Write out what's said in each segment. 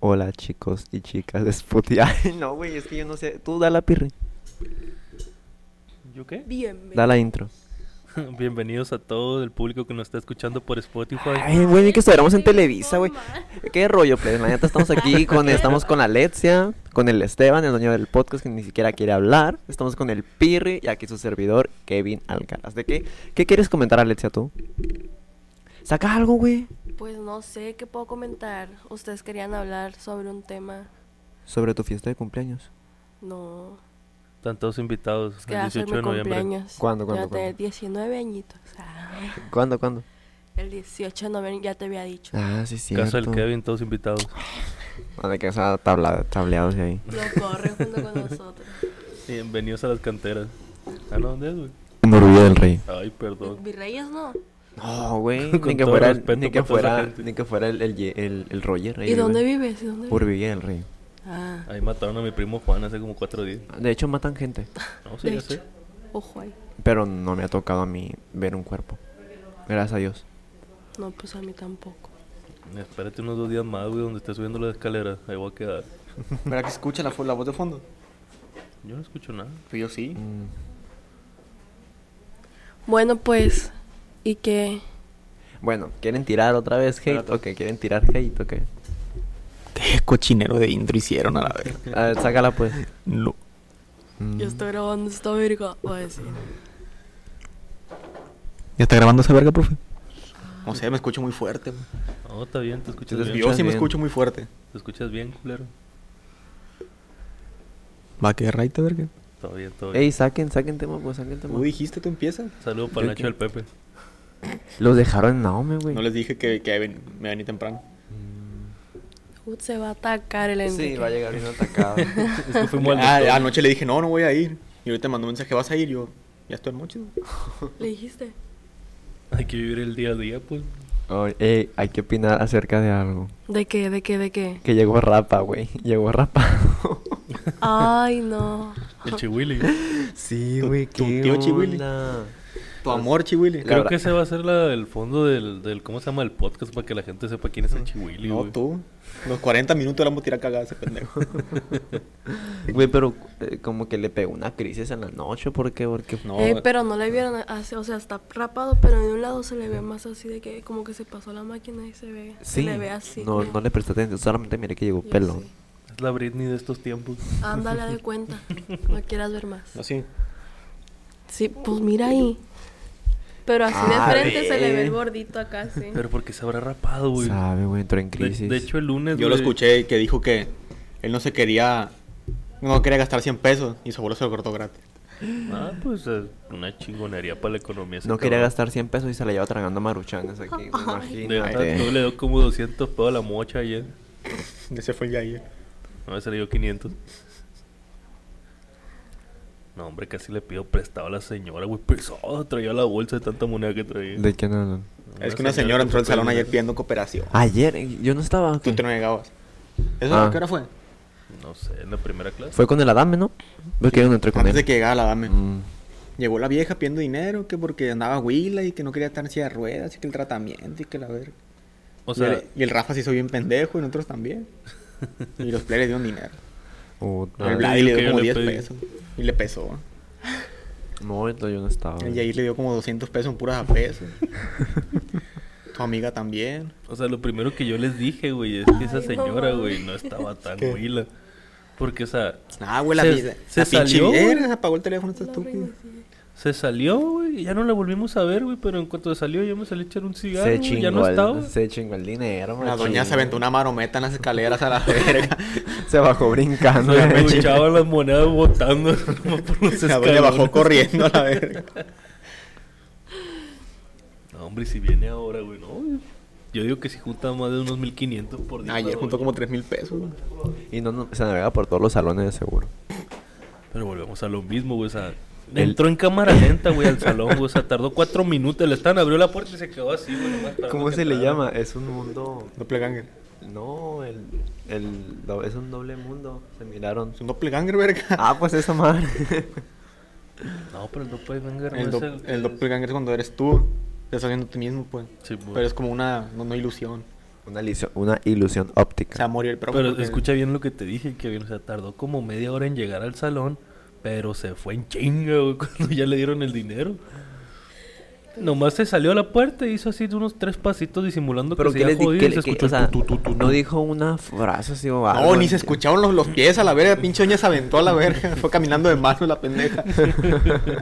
Hola chicos y chicas de Spotify. Ay, no, güey, es que yo no sé. Tú da la pirri. ¿Yo qué? Bienvenido. Da la intro. Bienvenidos a todo el público que nos está escuchando por Spotify. Ay, güey, ni que estuviéramos en Televisa, güey. Qué rollo, pues. La neta estamos aquí con estamos con Alexia, con el Esteban, el dueño del podcast que ni siquiera quiere hablar. Estamos con el Pirri y aquí su servidor Kevin Alcaraz. ¿De qué? ¿Qué quieres comentar, Alexia tú? Saca algo, güey, Pues no sé qué puedo comentar. Ustedes querían hablar sobre un tema. sobre tu fiesta de cumpleaños. No. Están todos invitados Es que el va a ser 18 de mi noviembre. cumpleaños. ¿Cuándo, Yo voy cuándo, a tener 19 añitos. Ah, ¿Cuándo, cuándo? el 18 de noviembre ya te había dicho. Ah, sí, sí. Caso del Kevin, todos invitados. Ah, de que se ha tablado- tableados y ahí. Lo corren junto con nosotros. Bienvenidos a las canteras. Ah, no, ¿dónde es, güey? En Orgullo del Rey. Ay, perdón. Virreyes no. No, güey. Con Ni que todo fuera, respeto ni que para toda esa fuera, gente. ni que fuera el, el, Ye- el- el Roger. ahí, ¿Y güey. dónde vives? ¿Y dónde vives? Por Villa del Rey. Ah, Ahí mataron a mi primo Juan hace como cuatro días. De hecho, matan gente. No, sí, De ya hecho. sé. ojo ahí. Pero no me ha tocado a mí ver un cuerpo. Gracias a Dios. No, pues a mí tampoco. Espérate unos dos días más, güey, donde esté subiendo las escaleras. Ahí voy a quedar. ¿Verdad que escucha la, fo- la voz de fondo? Yo no escucho nada. Pues yo sí. Bueno, pues. ¿Y qué? Bueno, ¿quieren tirar otra vez hate? Ok, ¿quieren tirar hate? Ok. Qué cochinero de intro hicieron a la vez. A ver, sácala pues. No. Mm. Yo Mm. estoy grabando esta verga. Voy a decir. ¿Ya está grabando esa verga, profe? No sé, me escucho muy fuerte. güey. No, está bien, te escuchas Te bien. Yo sí me bien. escucho muy fuerte. Te escuchas bien, culero. Va a quedar raita, verga. Todo bien, todo bien. Ey, saquen, saquen tema, pues saquen tema. Tú dijiste, tú empiezas. Saludos para ¿Yo Nacho qué? del Pepe. Los dejaron en Naome, güey. No les dije que, que ven- me vení temprano. Ut se va a atacar el Sí, Enrique. va a llegar bien atacado. Es que fuimos al Ah, doctor. anoche le dije, no, no voy a ir. Y ahorita me mandó un mensaje, ¿vas a ir? Yo, ya estoy anoche. güey. ¿Le dijiste? Hay que vivir el día a día, pues. Oh, ey, hay que opinar acerca de algo. ¿De qué? ¿De qué? ¿De qué? Que llegó Rapa, güey. Llegó Rapa. Ay, no. El Chihuili. sí, Tu- güey, tu qué tío Chihuili. onda. Tu amor, Chihuile. La Creo verdad- que ese va a ser la, el fondo del, del. ¿Cómo se llama el podcast? Para que la gente sepa quién es Mm. el Chihuili, No, güey. tú. Los 40 minutos éramos tirar cagadas ese pendejo. Güey, pero eh, como que le pegó una crisis en la noche. ¿Por qué? Porque... No, Eh, pero no le vieron así, o sea, está rapado, pero de un lado se le ve más así de que como que se pasó la máquina y se ve, se le ve así. No, como- no le presté atención. Solamente miré que llegó yo pelo. sé. Es la Britney de estos tiempos. Ándale de cuenta, no quieras ver más. así. Sí, pues mira ahí. Pero así Ah, de frente se le ve ve. el gordito acá, sí. Pero porque se habrá rapado, güey. Sabe, güey, entró en De, crisis. de hecho, el lunes. Yo lo güey, escuché que dijo que él no se quería... No quería gastar 100 pesos y su abuelo se lo cortó gratis. Ah, pues es una chingonería para la economía. ese no quería cabrón. gastar 100 pesos y se la lleva tragando maruchanes aquí. Imagínate. De verdad, yo le dio como 200 pesos a la mocha ayer. Ese fue el Yair. A veces le dio 500. No, hombre, casi le pido prestado a la señora, güey. Pesado, traía la bolsa de tanta moneda que traía. ¿De quién hablan? Es que una señora entró al fue salón pedida. ayer pidiendo cooperación. Ayer, eh, yo no estaba. ¿o Tú qué? te negabas. ¿Eso Ah. a qué hora fue? No sé, en la primera clase. Fue con el Adame, ¿no? Porque yo no entré con Antes él. de que llegara la dame. Mm. Llegó la vieja pidiendo dinero, que porque andaba huila y que no quería estar en silla de ruedas y que el tratamiento y que la verga. O y, sea, el, y el Rafa se hizo bien pendejo y nosotros también. y los players dieron dinero. Puta. el yo Vladi le Ah, que dio yo como le 10 pedí. pesos. Y le pesó. No, entonces yo no estaba. Ah. El Yair le dio como 200 pesos en puras pesos. tu amiga también. o sea, lo primero que yo les dije, güey, es que esa Ay, no señora, mames. güey, no estaba tan huila. Porque, o sea, Ah, güey, la, Se- vida- se la pinche salió, güey. videra, apagó el teléfono esta La estúpida. reinició. se salió, güey, y ya no la volvimos a ver, güey, pero en cuanto salió yo me salí a echar un cigarro, Se güey, chingó, ya no el, estaba. se chingó el dinero, La machín. doña se aventó una marometa en las escaleras a la verga. Se bajó brincando. Se machín. escuchaban las monedas botando nomás por los la doña bajó escalones. corriendo a la verga. No, hombre, si viene ahora, güey, no, güey. Yo digo que si junta más de unos 1500 por día. Ayer la juntó doña. como 3 mil pesos. güey. Y no, no- se navega por todos los salones de seguro. Pero volvemos a lo mismo, güey, o sea... El- Entró en cámara lenta, güey, al salón, güey. O sea, tardó cuatro minutos. El stand abrió la puerta y se quedó así, güey. nomás esperando ¿Cómo que se le entrara. llama? Es un mundo. Doppelganger. No, el, el, do- es un doble mundo. Se miraron. Es un doppelganger, verga. Ah, pues esa madre. No, pero el doppelganger no el, es dop- el... el doppelganger es cuando eres tú. Te estás viendo tú mismo, pues. Sí, pues. Pero es como una, no, no ilusión. Una, ilusión, una ilusión O sea, óptica. morir el propio. Pero porque- escucha bien lo que te dije, que bien, o sea, tardó como media hora en llegar al salón, pero se fue en chinga, güey, cuando ya le dieron el dinero. Nomás se salió a la puerta y hizo así de unos tres pasitos disimulando Pero que ¿qué se les iba a di- joder qué y se le- qué- escuchó o sea, el tu, tu, tu, tu, No tu. dijo una frase así o algo. No, ni se escucharon los, los pies a la verga. Pinche doña se aventó a la verga. Fue caminando de mano la pendeja.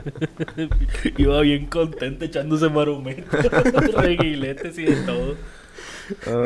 Iba bien contenta echándose marometas, reguiletes y de todo.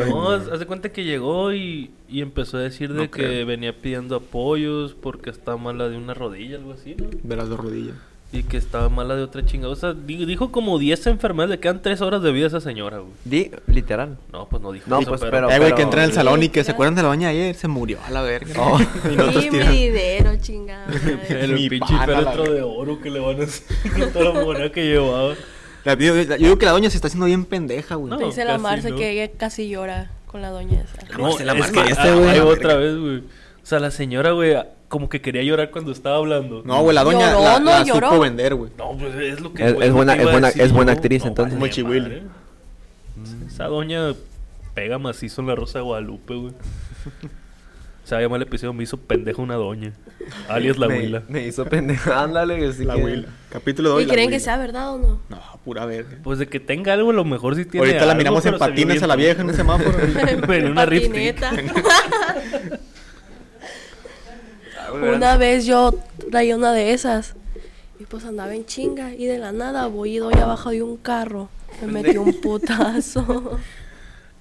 no, haz- haz de cuenta que llegó y, y empezó a decir de No que creo. venía pidiendo apoyos porque está mala de una rodilla, algo así, ¿no? De las dos rodillas. Y que estaba mala de otra chingada. O sea, di- dijo como 10 enfermedades. Le quedan 3 horas de vida a esa señora, güey. Di, literal. No, pues no dijo No, eso, pues, pero... pero- eh, güey, que pero- entra en el salón y que Sí, se acuerdan de la doña ayer. Se murió a la verga. Y y nosotros mi tiramos. dinero, chingada. madre. Pero el Mi pinche pana, la féretro verga. de oro que le van a hacer con toda la moneda que llevaba. La- yo, yo digo que la doña se está haciendo bien pendeja, güey. No, Te dice la casi Marce no. que ella casi llora con la doña esa. No, se la es que mamaste, ah, güey. ahí La otra verga. vez, güey. O sea, la señora, güey, como que quería llorar cuando estaba hablando. No, güey, la doña Lloró, la, no la lloró. supo vender, güey. No, pues es lo que... Es- güey, es lo buena- que iba es a buena- decir es buena yo. actriz, entonces. vale, Mochihuil. madre. Mm, Esa doña pega macizo en la Rosa de Guadalupe, güey. O sea, llamar el episodio me hizo pendejo una doña. Alias la me, abuela. me hizo pendejo. Ándale, que sí La que- abuela. Capítulo 2. ¿Y creen que sea verdad o no? No, pura verga. Pues de que tenga algo, a lo mejor sí tiene. Ahorita la algo, miramos en pero se vio patines bien a la vieja en el semáforo. En una Rift Tree. patineta. una vez yo traía una de esas y pues andaba en chinga y de la nada voy y doy abajo de un carro. Me metí un putazo.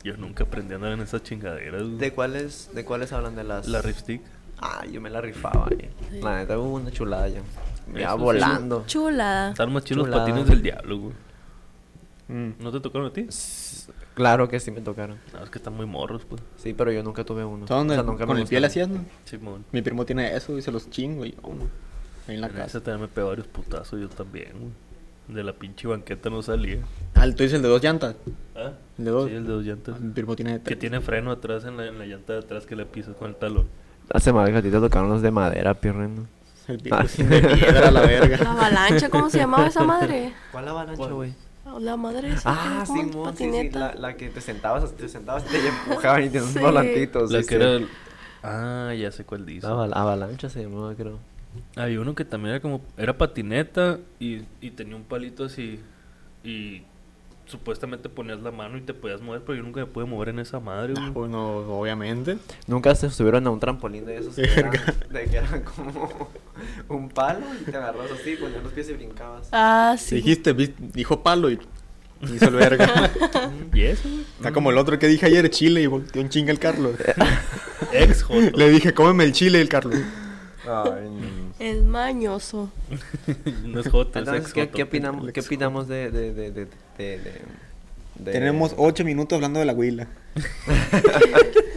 Yo nunca aprendí a andar en esas chingaderas. güey. ¿De cuáles, ¿De cuáles hablan? De las. La Ripstick. Ah, yo me la rifaba, eh. La neta, hubo una chulada ya. Me iba Eso sí. volando. Chulada. Están más chidos los Chulada. patines del diablo, güey. Mm. ¿No te tocaron a ti? Claro que sí me tocaron. No, es que están muy morros, pues. Sí, pero yo nunca tuve uno. ¿Sabes dónde? O sea, nunca me con el pie gustaron. le hacías, ¿no? Simón. Mi primo tiene eso y se los chingo y yo, no. Ahí en la En casa. esa también me pegó varios putazos, yo también, güey. De la pinche banqueta no salía. Ah, tú dices el de dos llantas. ¿Ah? El de dos. Sí, el de dos llantas. Mi primo tiene de Que tres. tiene freno atrás en la, en la llanta de atrás que le pisas con el talón. Hace mal que a ti te tocaron los de madera, pierreno. El primo Ah. tiene de piedra, La la verga. avalancha, ¿cómo se llamaba esa madre? ¿Cuál avalancha, güey? La madre esa. que Ah, era como Simón, sí, sí, patineta. la, la que te sentabas, te sentabas y te empujaban y te unos Sí. volantitos. la sí, que sí. era. el- Ah, ya sé cuál dice. La aval- avalancha se llamaba, creo. Había uno que también era como. Era patineta y, y tenía un palito así. Y supuestamente ponías la mano y te podías mover, pero yo nunca me pude mover en esa madre, güey. Ah, Bueno, obviamente. Nunca se subieron a un trampolín de esos que eran, Verga. de que eran como un palo y te agarras así, ponías los pies y brincabas. Ah, sí. Dijiste, vis- dijo palo y hizo el verga. ¿Y eso, güey? Está como el otro que dije ayer, chile, y volteó un chinga el Carlos. Ex joto. Le dije, cómeme el chile, el Carlos. Ay, no. El mañoso. no es joto, es Entonces, ex ¿qué, joto. qué opinamos, el ¿qué ex opinamos de, de, de, de, de- de- de- Tenemos ocho minutos hablando de la huila.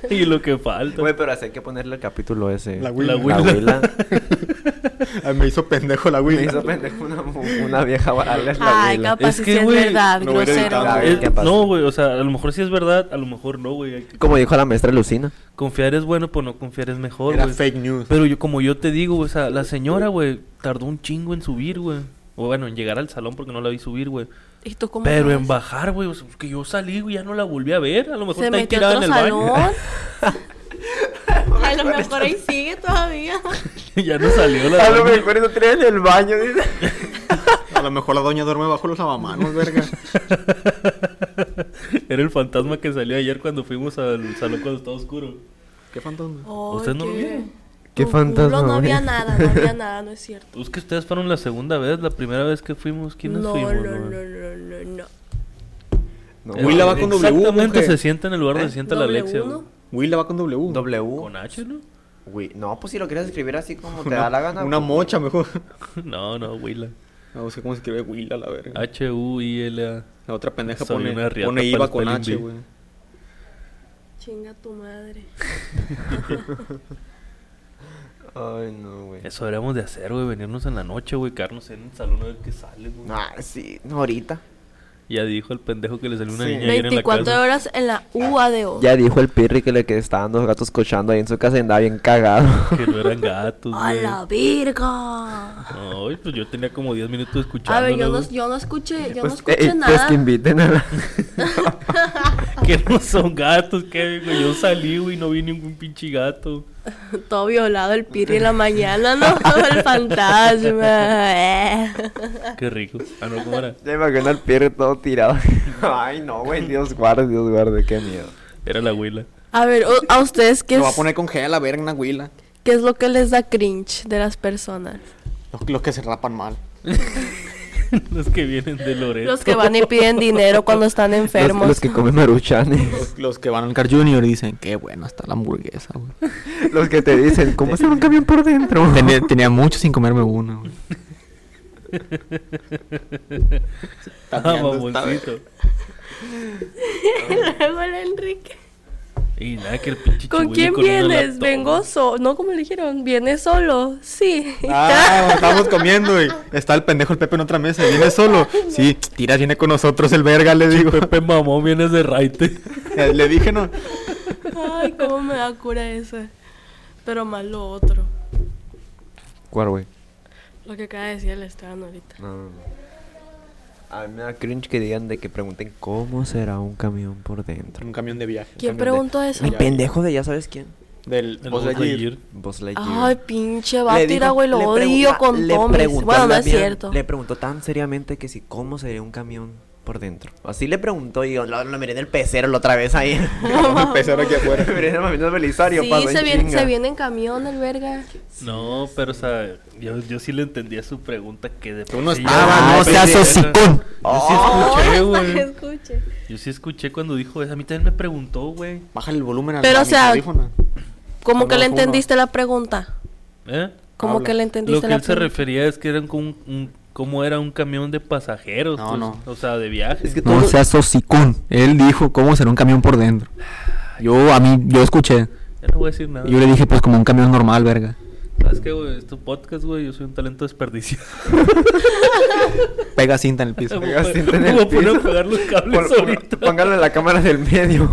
Y lo que falta. Güey, pero así hay que ponerle el capítulo ese. La La huila. huila. huila. Ay, me hizo pendejo la Me Wii. hizo pendejo una, mu- una vieja barala. Ay, capaz Es si que, es güey, verdad, lo hubiera grosero. evitado. güey, Eh, ¿qué pasa? no, güey, o sea, a lo mejor sí es verdad, a lo mejor no, güey. hay que- Como dijo la maestra Lucina. Confiar es bueno, pues no confiar es mejor, Era güey. fake news. Pero yo, como yo te digo, o sea, la señora, güey, tardó un chingo en subir, güey. O bueno, en llegar al salón porque no la vi subir, güey. ¿Y tú cómo Pero sabes? en bajar, güey, o sea, que yo salí, güey, ya no la volví a ver. A lo mejor ¿Se está ahí metió tirada otro en el baño. salón? A lo mejor ahí sigue todavía. ya no salió la doña. eso tiene en el baño, dice. A lo mejor la doña duerme bajo los lavamanos, verga. Era el fantasma que salió ayer cuando fuimos al salón cuando estaba oscuro. ¿Qué fantasma? ¿Ustedes no lo Oye, vieron? ¿Qué tu fantasma, culo, No había güey? nada, no había nada, no es cierto. Es Pues que ustedes fueron la segunda vez, la primera vez que fuimos. ¿Quiénes No, no, fuimos? no, güey? no, no, no. No, Eh, Will la va con W, ¿Eh? Exactamente, mujer. se sienta en el lugar donde se sienta la ¿Doble Alexia. uno? güey. Will la va con W. W. ¿Con H, no? Will. No, pues si lo quieres escribir así como te Una- da la gana. pues, Una mocha mejor. No, no, Willa. No sé cómo se escribe Will a la verga. H-U-I-L-A. La otra pendeja Soy pone, una riata pone IVA pa'l con spelling H, bee. güey. Chinga tu madre. Ay, no, güey. Eso deberíamos de hacer, güey. Venirnos en la noche, güey. Quedarnos en el salón a ver qué sale, güey. Ah, sí, no, ahorita. Ya dijo el pendejo que le salió una Sí. niña ayer en la 24 casa. horas en la UADO. Ya dijo el Pirri que le que está dando los gatos cochando ahí en su casa y andaba bien cagado. Que no eran gatos, ¡A güey. la virga! No, y pues yo tenía como 10 minutos escuchando. A ver, yo no, yo no escuché, yo Pues, no escuché eh, pues nada. que inviten a la... Que no son gatos, que güey. Yo salí, güey, y no vi ningún pinche gato. Todo violado el pirri en la mañana, ¿no? el fantasma. eh. Qué rico. Ah, no, ¿cómo era? Ya imagino al Pirri todo tirado. Ay, no, güey. Dios guarde, Dios guarde. Qué miedo. Era la abuela. A ver, o- ¿a ustedes qué Lo va es, a poner con G a la verga, una Willa. qué es lo que les da cringe de las personas? Los, los que se rapan mal. Los que vienen de Loreto. Los que van y piden dinero cuando están Los, enfermos. los que comen eh. maruchanes. Los, los que van al Car Junior y dicen, qué buena está la hamburguesa, güey. los que te dicen, ¿cómo se un camión por dentro? Tenía, tenía mucho sin comerme uno, güey. Ah, mamoncito. Y luego el Enrique. Y nada, que el pinche ¿Con chihuahua quién con una vienes? latona. Vengo solo. No, como le dijeron, vienes solo. Sí. Ah, estamos comiendo y está el pendejo el Pepe en otra mesa. ¿Viene solo? Sí, tiras, viene con nosotros el verga, le digo. Pepe mamón, vienes de raite. Le dije, no. Ay, cómo me da cura eso. Pero más lo otro. ¿Cuál, güey? Lo que acaba de decir el Esteban ahorita. No, no, no. A mí me da cringe que digan de que pregunten cómo será un camión por dentro. Un camión de viaje. ¿Quién preguntó eso? El pendejo de ya sabes quién. Del El Buzz Buzz Lightyear. Lightyear. Buzz Lightyear. Ay, pinche batira, dijo- güey, lo le odio pregunta- con le Tommy. preguntó Bueno, a no es Damián- cierto. Le preguntó tan seriamente que si cómo sería un camión por dentro. Así le preguntó y yo lo, lo miré en el pecero la otra vez ahí. Empezar aquí afuera. Lo miré en el mamino del Belisario, Sí, pasó en se viene, chinga. se viene en camión el verga. No, pero o sea, yo, yo sí le entendía su pregunta que de Tú no Sí, yo- estabas, Ah, no yo- seas pues. Oh. yo- hocicón. Yo sí escuché, Que güey. escuche. Yo sí escuché cuando dijo eso. A mí también me preguntó, güey. Bájale el volumen al Pero, a o mi sea, teléfono. ¿Cómo No, que le ¿cómo no? entendiste la pregunta? ¿Eh? ¿Cómo Habla. que le Lo entendiste que la él se pregunta? refería es que eran como un, un- cómo era un camión de pasajeros, No, pues, no. o sea, de viaje. Es que No todo- seas hocicón. Él dijo cómo será un camión por dentro. Yo, a mí, yo escuché. Ya no voy a decir nada. Y Yo le dije, pues como un camión normal, verga. ¿Sabes qué, güey? Es tu podcast, güey. Yo soy un talento desperdiciado. Pega cinta en el piso. Pegas Voy cinta en a el poner a piso. pegar los cables Pon- ahorita. Póngalo en la cámara del medio.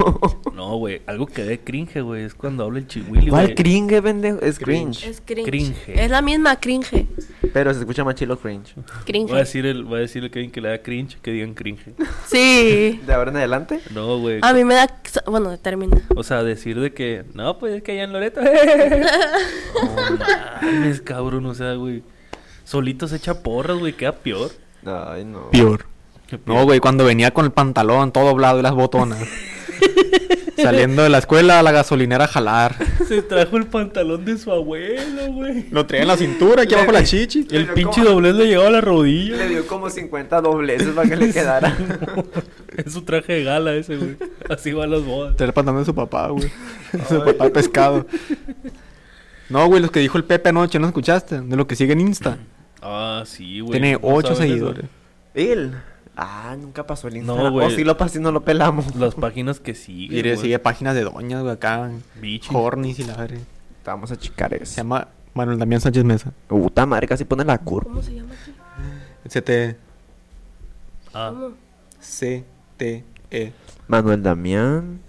No, güey. Algo que de cringe, güey. Es cuando habla el chihuili, ¿Cuál güey. cringe, pendejo? Es cringe. Es cringe. Cringe. Es la misma cringe. Pero se escucha más chilo cringe. Cringe. Voy a decir el, voy a decir el Kevin que le da cringe, que digan cringe. Sí. ¿De ahora en adelante? No, güey. A mí me da. Bueno, termina. O sea, decir de que, no, pues es que allá en Loreto. no mames, cabrón, o sea, güey. Solito se echa porras, güey, queda peor. Ay, no. Peor. Qué peor. No, güey, cuando venía con el pantalón todo doblado y las botonas. Saliendo de la escuela a la gasolinera a jalar. Se trajo el pantalón de su abuelo, güey. Lo traía en la cintura, aquí abajo la chichi. El Pero pinche ¿cómo? doblez le llegaba a la Le rodilla. dio como 50 dobleces para que le quedara. es su traje de gala ese, güey. Así van las bodas. Traía el pantalón de su papá, güey. su papá de pescado. No, güey, los que dijo el Pepe anoche, ¿no escuchaste? De lo que sigue en Insta. Ah, sí, güey. Tiene ¿Cómo ocho saben eso? seguidores. Él. Ah, nunca pasó el Instagram. güey. o sí lo pasó y no lo pelamos. Las páginas que siguen, Y le güey. sigue páginas de doñas, güey, acá. Bichis. Hornis y la verga. Te Vamos a chicar Se eso. llama Manuel Damián Sánchez Mesa. Puta madre, casi pone la curva. ¿Cómo se llama aquí? CTE. Ah, C-T-E. Manuel Damián.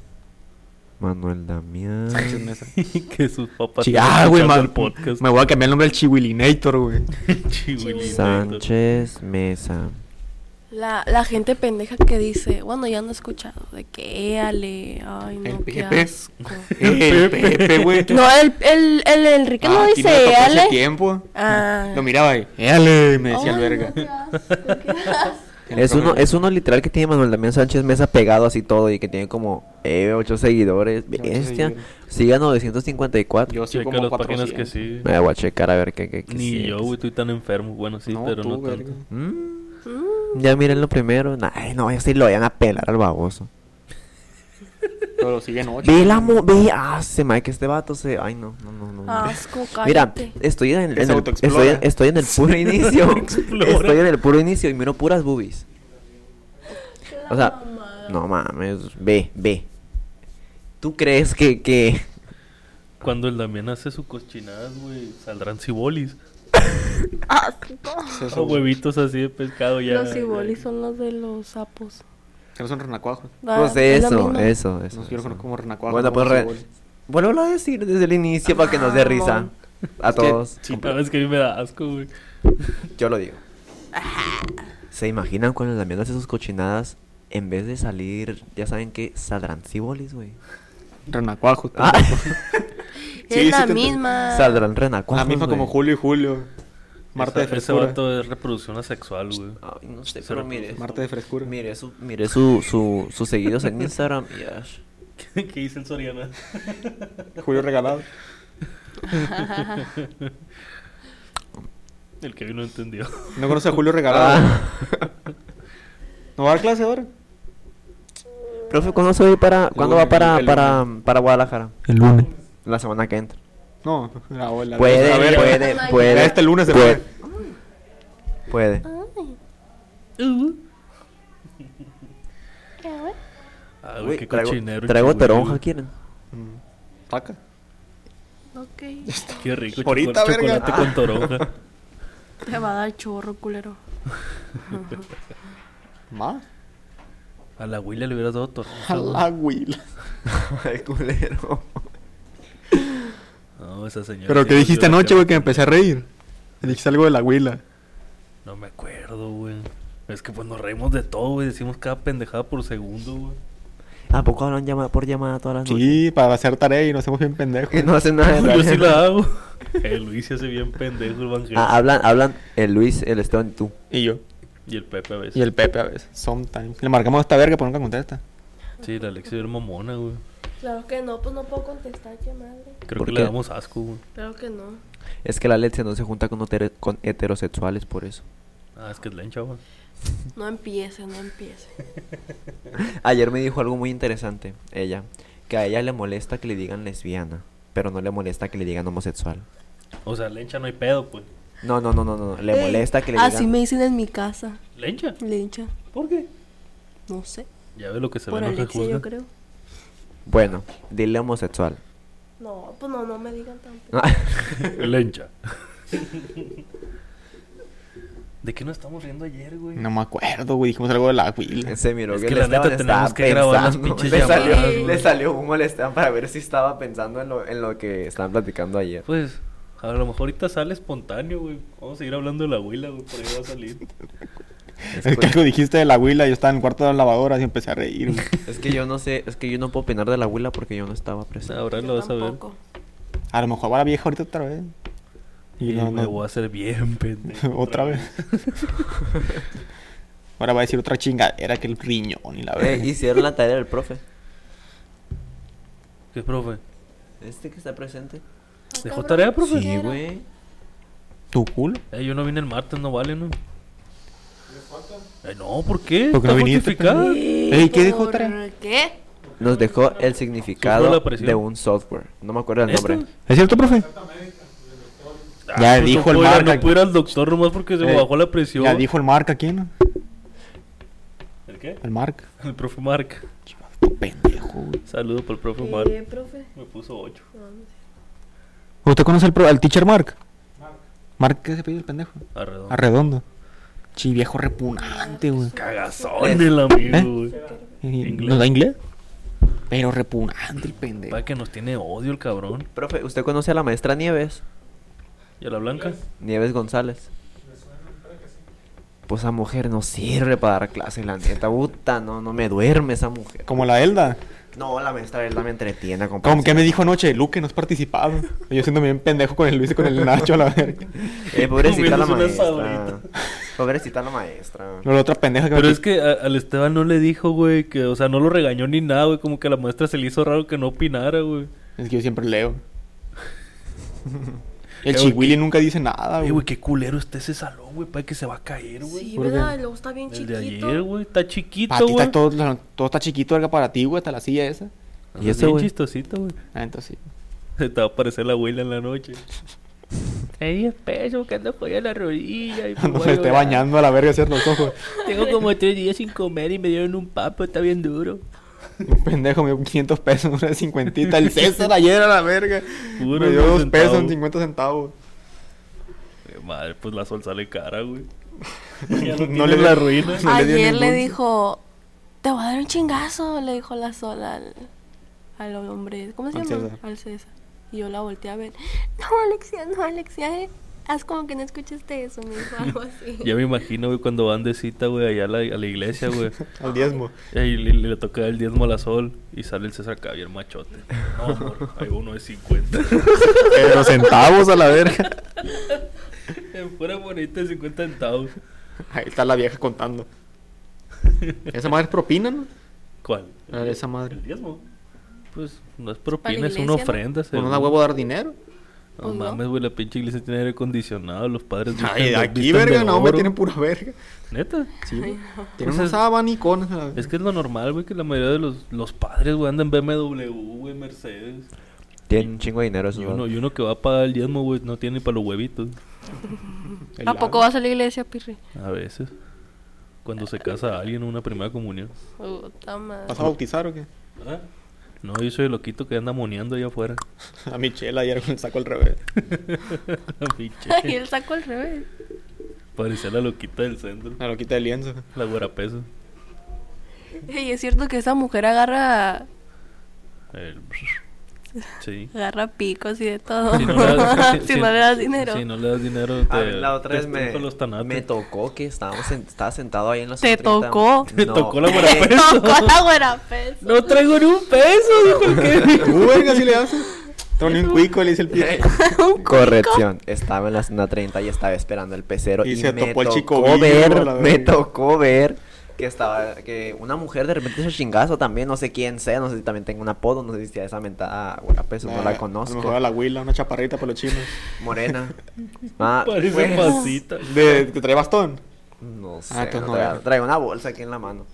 Manuel Damián. Sánchez Mesa. que sus papás. Chi- estén ah, güey, escuchando ma- el podcast. me voy a cambiar el nombre al Chiwilinator, güey. Chihuilinator. Sánchez Mesa. La, la gente pendeja que dice, bueno, ya no he escuchado, de que éale, ay, no, El qué Pepe. asco. El Pepe, güey. No, el, el, el Enrique no Ah, a ti me dice tocó hace éale. tiempo. Ah. Lo miraba ahí. Éale, me decía el Ay, verga. no, qué asco, qué asco. Es uno, es uno literal que tiene Manuel Damián Sánchez Mesa pegado así todo y que tiene como 8 seguidores. Bestia. seguidores. Siga 954. Yo soy Checa como las páginas 400. que sí. Me voy a checar a ver qué, qué, qué Ni sí yo, es. güey, estoy tan enfermo. Bueno, sí, No, pero tú, no verga. tanto. Mm. Ya miren lo primero. Ay, no, ya se lo vayan a pelar al baboso. Pero siguen ocho. Ve la mo... Ve... Ah, se me que este vato se... Ay, no, no, no, no. no. Asco, Mira, cállate. estoy en, el- Que en se el, autoexplora. estoy, en- estoy en el puro inicio. estoy en el puro inicio y miro puras boobies. O sea, no mames, ve, ve. ¿Tú crees que, que... Cuando el Damián hace su cochinadas, güey, saldrán cibolis. Es Son huevitos así de pescado ya. los cibolis son los de los sapos. Que no son renacuajos. Ah, pues es la eso, misma. eso, eso. No, yo los conozco como renacuajos. Bueno, no pues como re... cebolla. Vuélvelo a decir desde el inicio para que nos dé risa. A que- todos. sí, Ah, es que a mí me da asco, güey. Yo lo digo. ¿Se imaginan cuando Damián hace sus cochinadas? En vez de salir, ya saben que saldrán cibolis, güey. Renacuajos. Ah, Es Sí, sí la te ent- misma. saldrán renacuajos. La misma como güey. Julio y Julio. Marta de Ese- ese frescura. vato es reproducción asexual, güey. Ay, no sé, Se pero reproduce. mire. Marta de frescura. Mire, su, mire su, su, sus seguidos en Instagram. y ash. ¿Qué qué dice el Soriana? Julio regalado. El que no entendió. No conoce a Julio regalado. Ah, ¿No va a dar clase ahora? profe, ¿cuándo, se va para, ¿cuándo va lunes, para, el para, para Guadalajara? El lunes. La semana que entra. No, la ola. Puede, A ver, puede, Ya puede. este lunes se puede. puede. Puede. Ah, Güey, güey, qué traigo cochinero. traigo chihuahua. toronja, ¿quieren? Taca. Ok. Qué rico. Ahorita, chocolate, verga. chocolate con toronja. Te va a dar chorro, culero. Más. A la Willa le hubieras dado toronja. A güey. la güila. Ay, culero. No, esa señora. Pero sí que nos dijiste dio la anoche, güey, que me cara. empecé a reír. Dijiste algo de la güila. No me acuerdo, güey. Es que pues nos reímos de todo, güey. Decimos cada pendejada por segundo, güey. ¿A poco hablan llama- por llamada todas las noches? Sí, para hacer tarea y nos hacemos bien pendejos. Que no hacen nada. de Yo sí realidad. la hago. El Luis se hace bien pendejo el Van Ah, hablan, hablan el Luis, el Esteban y tú. Y yo. Y el Pepe a veces. Y el Pepe a veces. Sometimes. Le marcamos a esta verga, pero nunca contesta. Sí, la Alexia es mamona, güey. Claro que no, pues no puedo contestar, qué madre. Creo ¿Por que qué? le damos asco, güey. Claro que no. Es que la Alexia no se junta con, hotere- con heterosexuales por eso. Ah, es que es lencha, güey. No empiece, no empiece. Ayer me dijo algo muy interesante, ella, que a ella le molesta que le digan lesbiana, pero no le molesta que le digan homosexual. O sea, lencha no hay pedo, pues. No, no, no, no, no, no, le Ey, molesta que le Eh, Así digan... me dicen en mi casa. ¿Lencha? Lincha. ¿Por qué? No sé. Ya ve lo que se por ve, no se Alexia, yo juzga. creo. Bueno, dile homosexual. No, pues no, no me digan tampoco. Ah, lencha. ¿De qué nos estamos riendo ayer, güey? No me acuerdo, güey. Dijimos algo de la güila. Se miró Es que, que le la neta Esteban estaba tenemos que grabar las pensando, pinches le salió, llamadas, le güey. salió humo al Esteban para ver si estaba pensando en lo, en lo que estaban platicando ayer. Pues, a lo mejor ahorita sale espontáneo, güey. Vamos a seguir hablando de la abuela, güey. Por ahí va a salir. Es que algo dijiste de la güila. Yo estaba en el cuarto de la lavadora y empecé a reír. güey. Es que yo no sé, es que yo no puedo opinar de la abuela porque yo no estaba presente. Pues Ahora lo vas a ver. Tampoco. A lo mejor va la vieja ahorita otra vez. Y Y no, me no- voy a hacer bien pendejo. Otra vez. Ahora va a decir otra chingadera que el riñón y la Eh, verga. hicieron la tarea del profe. ¿Qué, profe? Este que está presente. ¿Dejó tarea, profe? Sí, güey. ¿Tu culo? Eh, yo no vine el martes, no vale, ¿no? Eh, no, ¿por qué? Porque no ¿Está viniste, justificado? Ey, ¿qué dijo ¿Por otra? ¿Qué? Nos dejó el Sufrió significado la presión. de un software. No me acuerdo el ¿Esto? nombre. ¿Es cierto, profe? Ah, Ya pues dijo no el puedo ir a- marca. No puedo ir al doctor nomás porque se me Eh, bajó la presión. Ya dijo el marca aquí, ¿no? ¿El qué? El marca. El profe Marc. Tu pendejo, güey. Saludo para el profe Marc. ¿Qué, profe? Me puso 8. Uh, ¿Usted conoce al, pro- al teacher Mark? Mark, ¿qué se pide el pendejo? Arredondo. Arredondo. Chi, viejo repugnante, güey. Cagazón el amigo, Ah, ¿Eh? güey. Y- Inglés. ¿No da inglés? Pero repugnante el pendejo. Para que nos tiene odio el cabrón. Profe, ¿usted conoce a la maestra Nieves? ¿Y a la blanca? Nieves González. Pues esa mujer no sirve para dar clase, la neta. Puta, no, no me duerme esa mujer. Como la Elda. No, la maestra Elda me entretiene. Como que me dijo anoche, Luke, no has participado. Y Yo siéndome bien pendejo con el Luis y con el Nacho a la verga. Eh, pobrecita la Comiéndose maestra. una sabrita. Pobrecita la maestra. Luego la otra pendeja que Pero me- es que a- al Esteban no le dijo, güey, que, o sea, no lo regañó ni nada, güey. Como que a la maestra se le hizo raro que no opinara, güey. es que yo siempre leo. Eh, El güey, Chihuili nunca dice nada, Ay, güey, Ah, güey. qué culero está ese salón, güey. Para que se va a caer, güey. Sí, ¿Por qué? ¿verdad? Luego está bien El de chiquito. ayer, güey. Está Para chiquito, ti güey. está todo, todo está chiquito, verga, para ti, güey, hasta la silla esa. ¿Y ese, Y es bien güey? chistosito, güey. Ah, entonces sí. Se te va a aparecer la abuela en la noche. Hay 10 pesos que ando jodiendo la rodilla. Y Cuando se esté bañando a la verga, cierto los ojos. Tengo como 3 días sin comer y me dieron un papo, está bien duro. Un pendejo me dio 500 pesos, una cincuentita. El César ayer a la verga. Puro me dio dos 2 pesos en centavos. 50 centavos. Madre, pues la sol sale cara, güey. No le la ruina. Ayer le dijo, te voy a dar un chingazo, le dijo la sola al, al hombre, ¿cómo se Al llama? César. Al César. Y yo la volteé a ver, no, Alexia, no, Alexia, eh, haz como que no escuchaste eso, me dijo algo así. Ya me imagino, güey, cuando van de cita, güey, allá a la, a la iglesia, güey. Al diezmo. Y ahí le, le toca el diezmo a la sol y sale el César Javier machote. No, amor, hay uno de 50. Pero centavos a la verga. Fuera bonita de 50 centavos. Ahí está la vieja contando. Esa madre es propina, ¿no? ¿Cuál? Ah, esa madre. El diezmo. Pues no es para propina, la es una iglesia, ¿no? ofrenda. ¿O según. no da huevo a dar dinero? No Pues no. mames, güey, la pinche iglesia tiene aire acondicionado, los padres Ay, visten de- aquí, visten de verga, no, oro. me tienen pura verga. Neta, Sí, güey. Pues Tienen unos es- abanicones a la verga. es que es lo normal, güey, que la mayoría de los, los padres, güey, andan BMW, güey, Mercedes. Tiene un chingo de dinero esos Y uno, dos. y uno que va a pagar el diezmo, güey, no tiene ni para los huevitos. ¿A poco vas a la iglesia, Pirri? A veces. Cuando Ah. se casa alguien en una primera comunión. Puta madre. ¿Vas a bautizar o qué? No, yo soy el loquito que anda moneando allá afuera. A Michelle ayer con el saco al revés. Pinche. Y él sacó al revés. Parecía la loquita del centro. La loquita del lienzo. La güerapeso. Y es cierto que esa mujer agarra, El... Sí. agarra picos y de todo. Si no le das, si- Si si- no le das dinero. Si no le das dinero, te, A ver, la otra te vez me, expulsan los tanates. me tocó que estábamos sen- estaba sentado ahí en la ¿Te 130. tocó? Te No, tocó la eh, güera peso. Tocó la güera pez. No traigo ni un peso, dijo el que. Uh, verga, si le hace. Tony un cuico, le dice el pie. Corrección, estaba en la zona 30 y estaba esperando el pecero y, Y se me topó el tocó chico vivo, ver, la me verga. tocó ver que estaba que una mujer de repente se chingazo también, no sé quién sea, no sé si también tengo un apodo, no sé si sea esa mentada güera peso, pues, no la A lo conozco. mejor a la huila, una chaparrita para los chinos. Morena. Ah, Parece pues, pasita. De, ¿Te trae bastón? no sé, Ah, entonces no no traía- era. traía una bolsa aquí en la mano.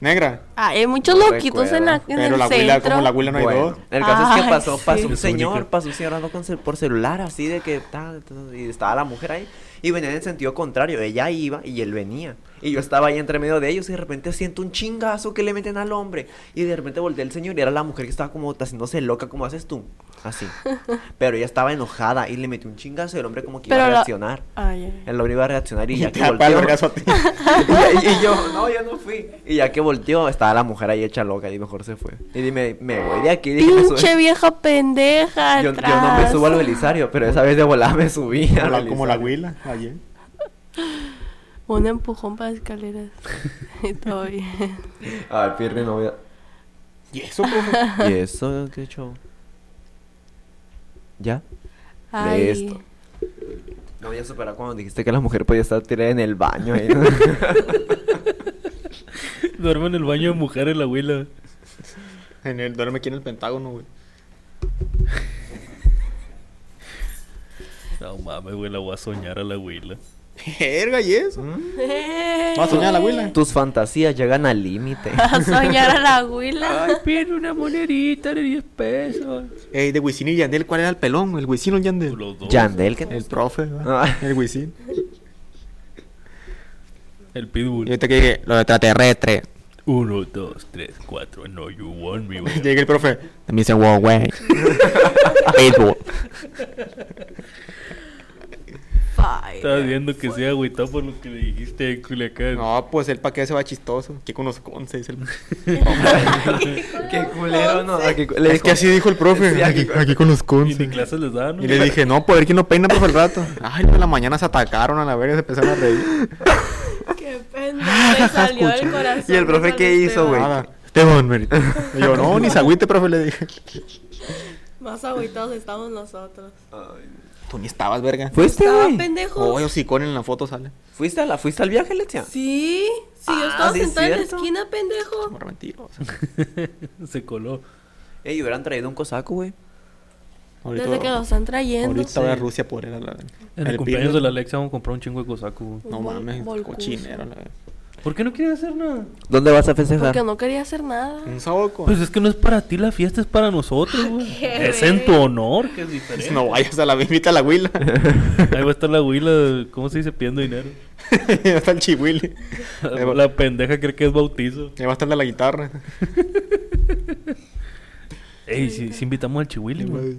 Negra. Ah, hay muchos No loquitos en, la, recuerdo. en Pero el la huila, centro. como la huila no hay Bueno, dos. El caso es que Ay, pasó, sí. pasó un Es señor, única. pasó un señor hablando con cel- por celular así de que tal, tal, y estaba la mujer ahí y venía en sentido contrario, ella iba y él venía. Y yo estaba ahí entre medio de ellos y de repente siento un chingazo que le meten al hombre y de repente volteé el señor y era la mujer que estaba como haciéndose loca como haces tú, así. Pero ella estaba enojada y le metió un chingazo y el hombre como que iba Pero a la- reaccionar. Ay, ay. El hombre iba a reaccionar y Y ya te que da pa'l volteó, vergazo a ti. y, y- y yo, no, yo no fui. Y ya que volteó, estaba la mujer ahí hecha loca y mejor se fue. Y dime, me voy de aquí. dije, me subo- Pinche vieja pendeja. yo, yo no me atrás. subo al Belisario, pero esa vez de volada me subí. Como al la- Como la Belisario. huila, ayer. Un empujón para escaleras. Y todo bien. Ay, Pirri, no voy a... ¿Y eso, profe? ¿Y eso qué show? ¿Ya? Ay. Listo. No voy a superar cuando dijiste que la mujer podía estar tirada en el baño. ahí, ¿no? Duerme en el baño de mujeres la abuela. En el, duerme aquí en el Pentágono, güey. No mames, güey, la voy a soñar a la abuela. Verga, ¿y eso? Eh, Mm. ¿Vas a soñar a la huila? Tus fantasías llegan al límite. a soñar a la huila. pide una monerita de 10 pesos. Ey, de Wisin y Yandel, ¿cuál era el pelón? ¿El Wisin o el Yandel? Los dos. Yandel, que... El profe, ¿verdad? Ah. El Wisin. El Y pitbull. ahorita que dije, lo de extraterrestre. Uno, dos, tres, cuatro. No, you want me, güey. Llega el profe. Me dice, wow, güey. Béisbol. Ay, Estaba viendo que sea agüitado por lo que le dijiste en Culiacán. No, pues el paquete se va chistoso. Que con los conces. es el- Qué culero, no. Aquí, le Es que así dijo el profe. Aquí, aquí con los Y ni conces. clases les daban, ¿no? Y le dije, no, pues a ver quién no peina, profe, al rato. Ay, en la mañana se atacaron a la verga y se empezaron a reír. Qué pena. Le salió el corazón. ¿Y el profe de qué Carlos hizo, güey? Esteban. Nada. Esteban, merito. Y yo, no, ni se agüite, profe, le dije. Más agüitados estamos nosotros. Tú ni estabas, verga. ¿Fuiste, Estaba ¿Este güey? pendejo. Oh, hocicón en la foto sale. ¿Fuiste, a la, ¿Fuiste al viaje, Letia? Sí, sí, yo Ah, estaba sí es sentada en la cierto. esquina, pendejo. Morra mentirosa. Se coló. Ey, hubieran traído un cosaco, güey. Ahorita, Desde que los están trayendo. ahorita voy a Rusia por él. a la- En el, al cumpleaños pibe. de la Alexia vamos a comprar un chingo de cosaco, güey. No mames, Volcuso. cochinero. la verga. ¿Por qué no quieres hacer nada? ¿Dónde vas a festejar? Porque no quería hacer nada. Mm. Un saoco. Pues es que no es para ti la fiesta, es para nosotros, Ah, güey. qué Es en tu verga. honor, que es diferente. No vayas a la invita a la huila. Ahí va a estar la huila, ¿cómo se dice? Pidiendo dinero. Ahí está el chihuile. Ahí va, La pendeja cree que es bautizo. ahí va a estar la guitarra. Ey, si, si invitamos al chihuili, güey.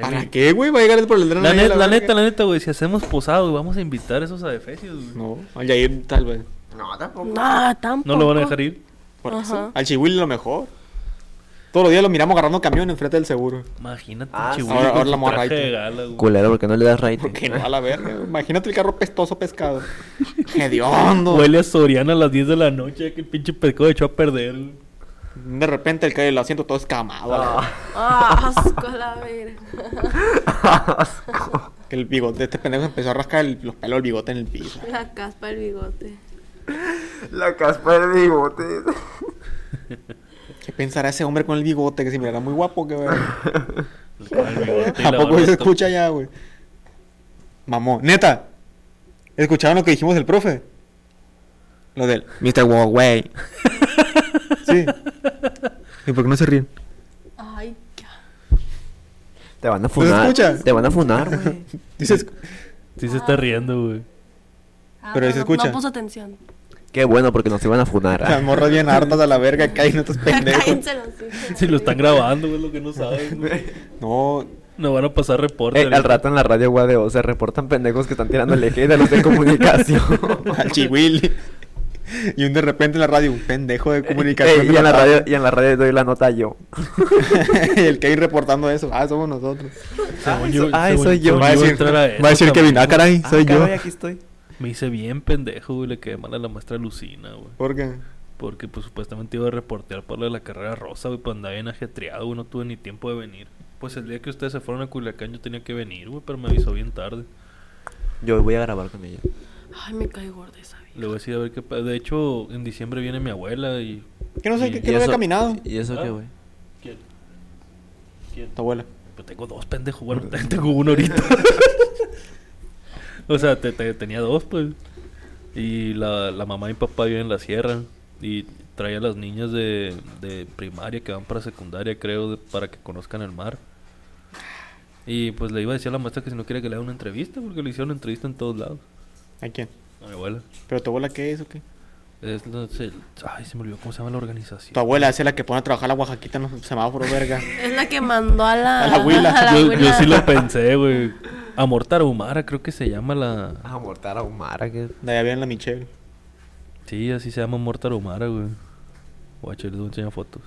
¿Para qué, güey? Va a llegar el por el dreno La, ahí a neta, la verga. neta, la neta, güey. Si hacemos posado, vamos a invitar esos adefesios, güey. No, al Yair tal vez. No, tampoco. No, tampoco. No lo van a dejar ir. Por Ajá. eso. Al chihuile lo mejor. Todos los días lo miramos agarrando camión enfrente del seguro. Imagínate, Ah, el chihuili ahora- con ahora la su morra traje ahí, de tú. gala, güey. Culero, porque no le das rating. Porque no, a la verga. güey. Imagínate el carro pestoso pescado. Hediondo. Huele a Soriana a las 10 de la noche, que el pinche pescado echó a perder. güey. De repente el, ca- el asiento todo escamado. a la verga. Ah, asco la verga. Que el bigote, este pendejo empezó a rascar el- los pelos del bigote en el piso. La caspa el bigote. La caspa de bigote. ¿Qué pensará ese hombre con el bigote? Que se mirará muy guapo, que verga. Con el bigote y la ¿A poco barba se está- escucha ya, güey? Mamón. Neta. ¿Escucharon lo que dijimos del profe? Lo del Mr. Huawei. sí. ¿Y por qué no se ríen? Ay, ca- Te van a ¿Los funar. escuchas? Te van a funar, güey. Dices, Sí se está riendo, güey. ah, Pero ahí se no- escucha. No puso atención. Qué bueno, porque nos iban a funar. las morras bien hartas a la verga, caen estos pendejos. Cállense los hijos. Si lo están grabando, güey, lo que no saben, güey. No, Nos van a pasar reporte. Ey, Eh, Eh, al ahorita. rato en la radio Guadeo se reportan pendejos que están tirando el eje de los de comunicación. al chihuili. Y un de repente en la radio, un pendejo de comunicación. Ey, de y, en la radio, tarde. y en la radio doy la nota yo. Y el que hay reportando eso. Ah, somos nosotros. Ah, Según yo- ay, según- soy yo. según Va a iba a decir- entrar a eso Va a decir también. Kevin, ah, caray, soy Ah, caray, yo. aquí estoy. Me hice bien pendejo, güey. Le quedé mal a la maestra Lucina, güey. ¿Por qué? Porque, pues, supuestamente iba a reportear por lo de la carrera rosa, güey. Pues andaba bien ajetreado, güey. No tuve ni tiempo de venir. Pues el día que ustedes se fueron a Culiacán, yo tenía que venir, güey. Pero me avisó bien tarde. Yo voy a grabar con ella. Ay, me cae gorda esa vieja. Le voy a decir a ver qué. pa- De hecho, en diciembre viene mi abuela y. Que no sé Y- qué, ¿Y que no había eso- caminado. ¿Y eso qué, güey? ¿Quién? ¿Quién? Tu abuela. Pues tengo dos pendejos. Bueno, tengo uno ahorita. o sea, te, te- tenía dos, pues. Y la, la mamá y papá viven en la sierra. Y traía a las niñas de, de primaria que van para secundaria, creo, de- para que conozcan el mar. Y pues le iba a decir a la maestra que si no quería que le haga una entrevista, porque le hicieron entrevista en todos lados. ¿A quién? A mi abuela. ¿Pero tu abuela qué es o qué? Es la- se- ay, se me olvidó cómo se llama la organización. Tu abuela es la que pone a trabajar la Oaxaquita en los semáforos, verga. Es la que mandó a la. A la abuela. a la yo, yo abuela. sí lo pensé, güey. Amortar Humara, creo que se llama la. Ah, mortar a Humara, que... De allá viene la Michelle. Sí, así se llama Mortar Humara, güey. Guacho, les voy a enseñar fotos.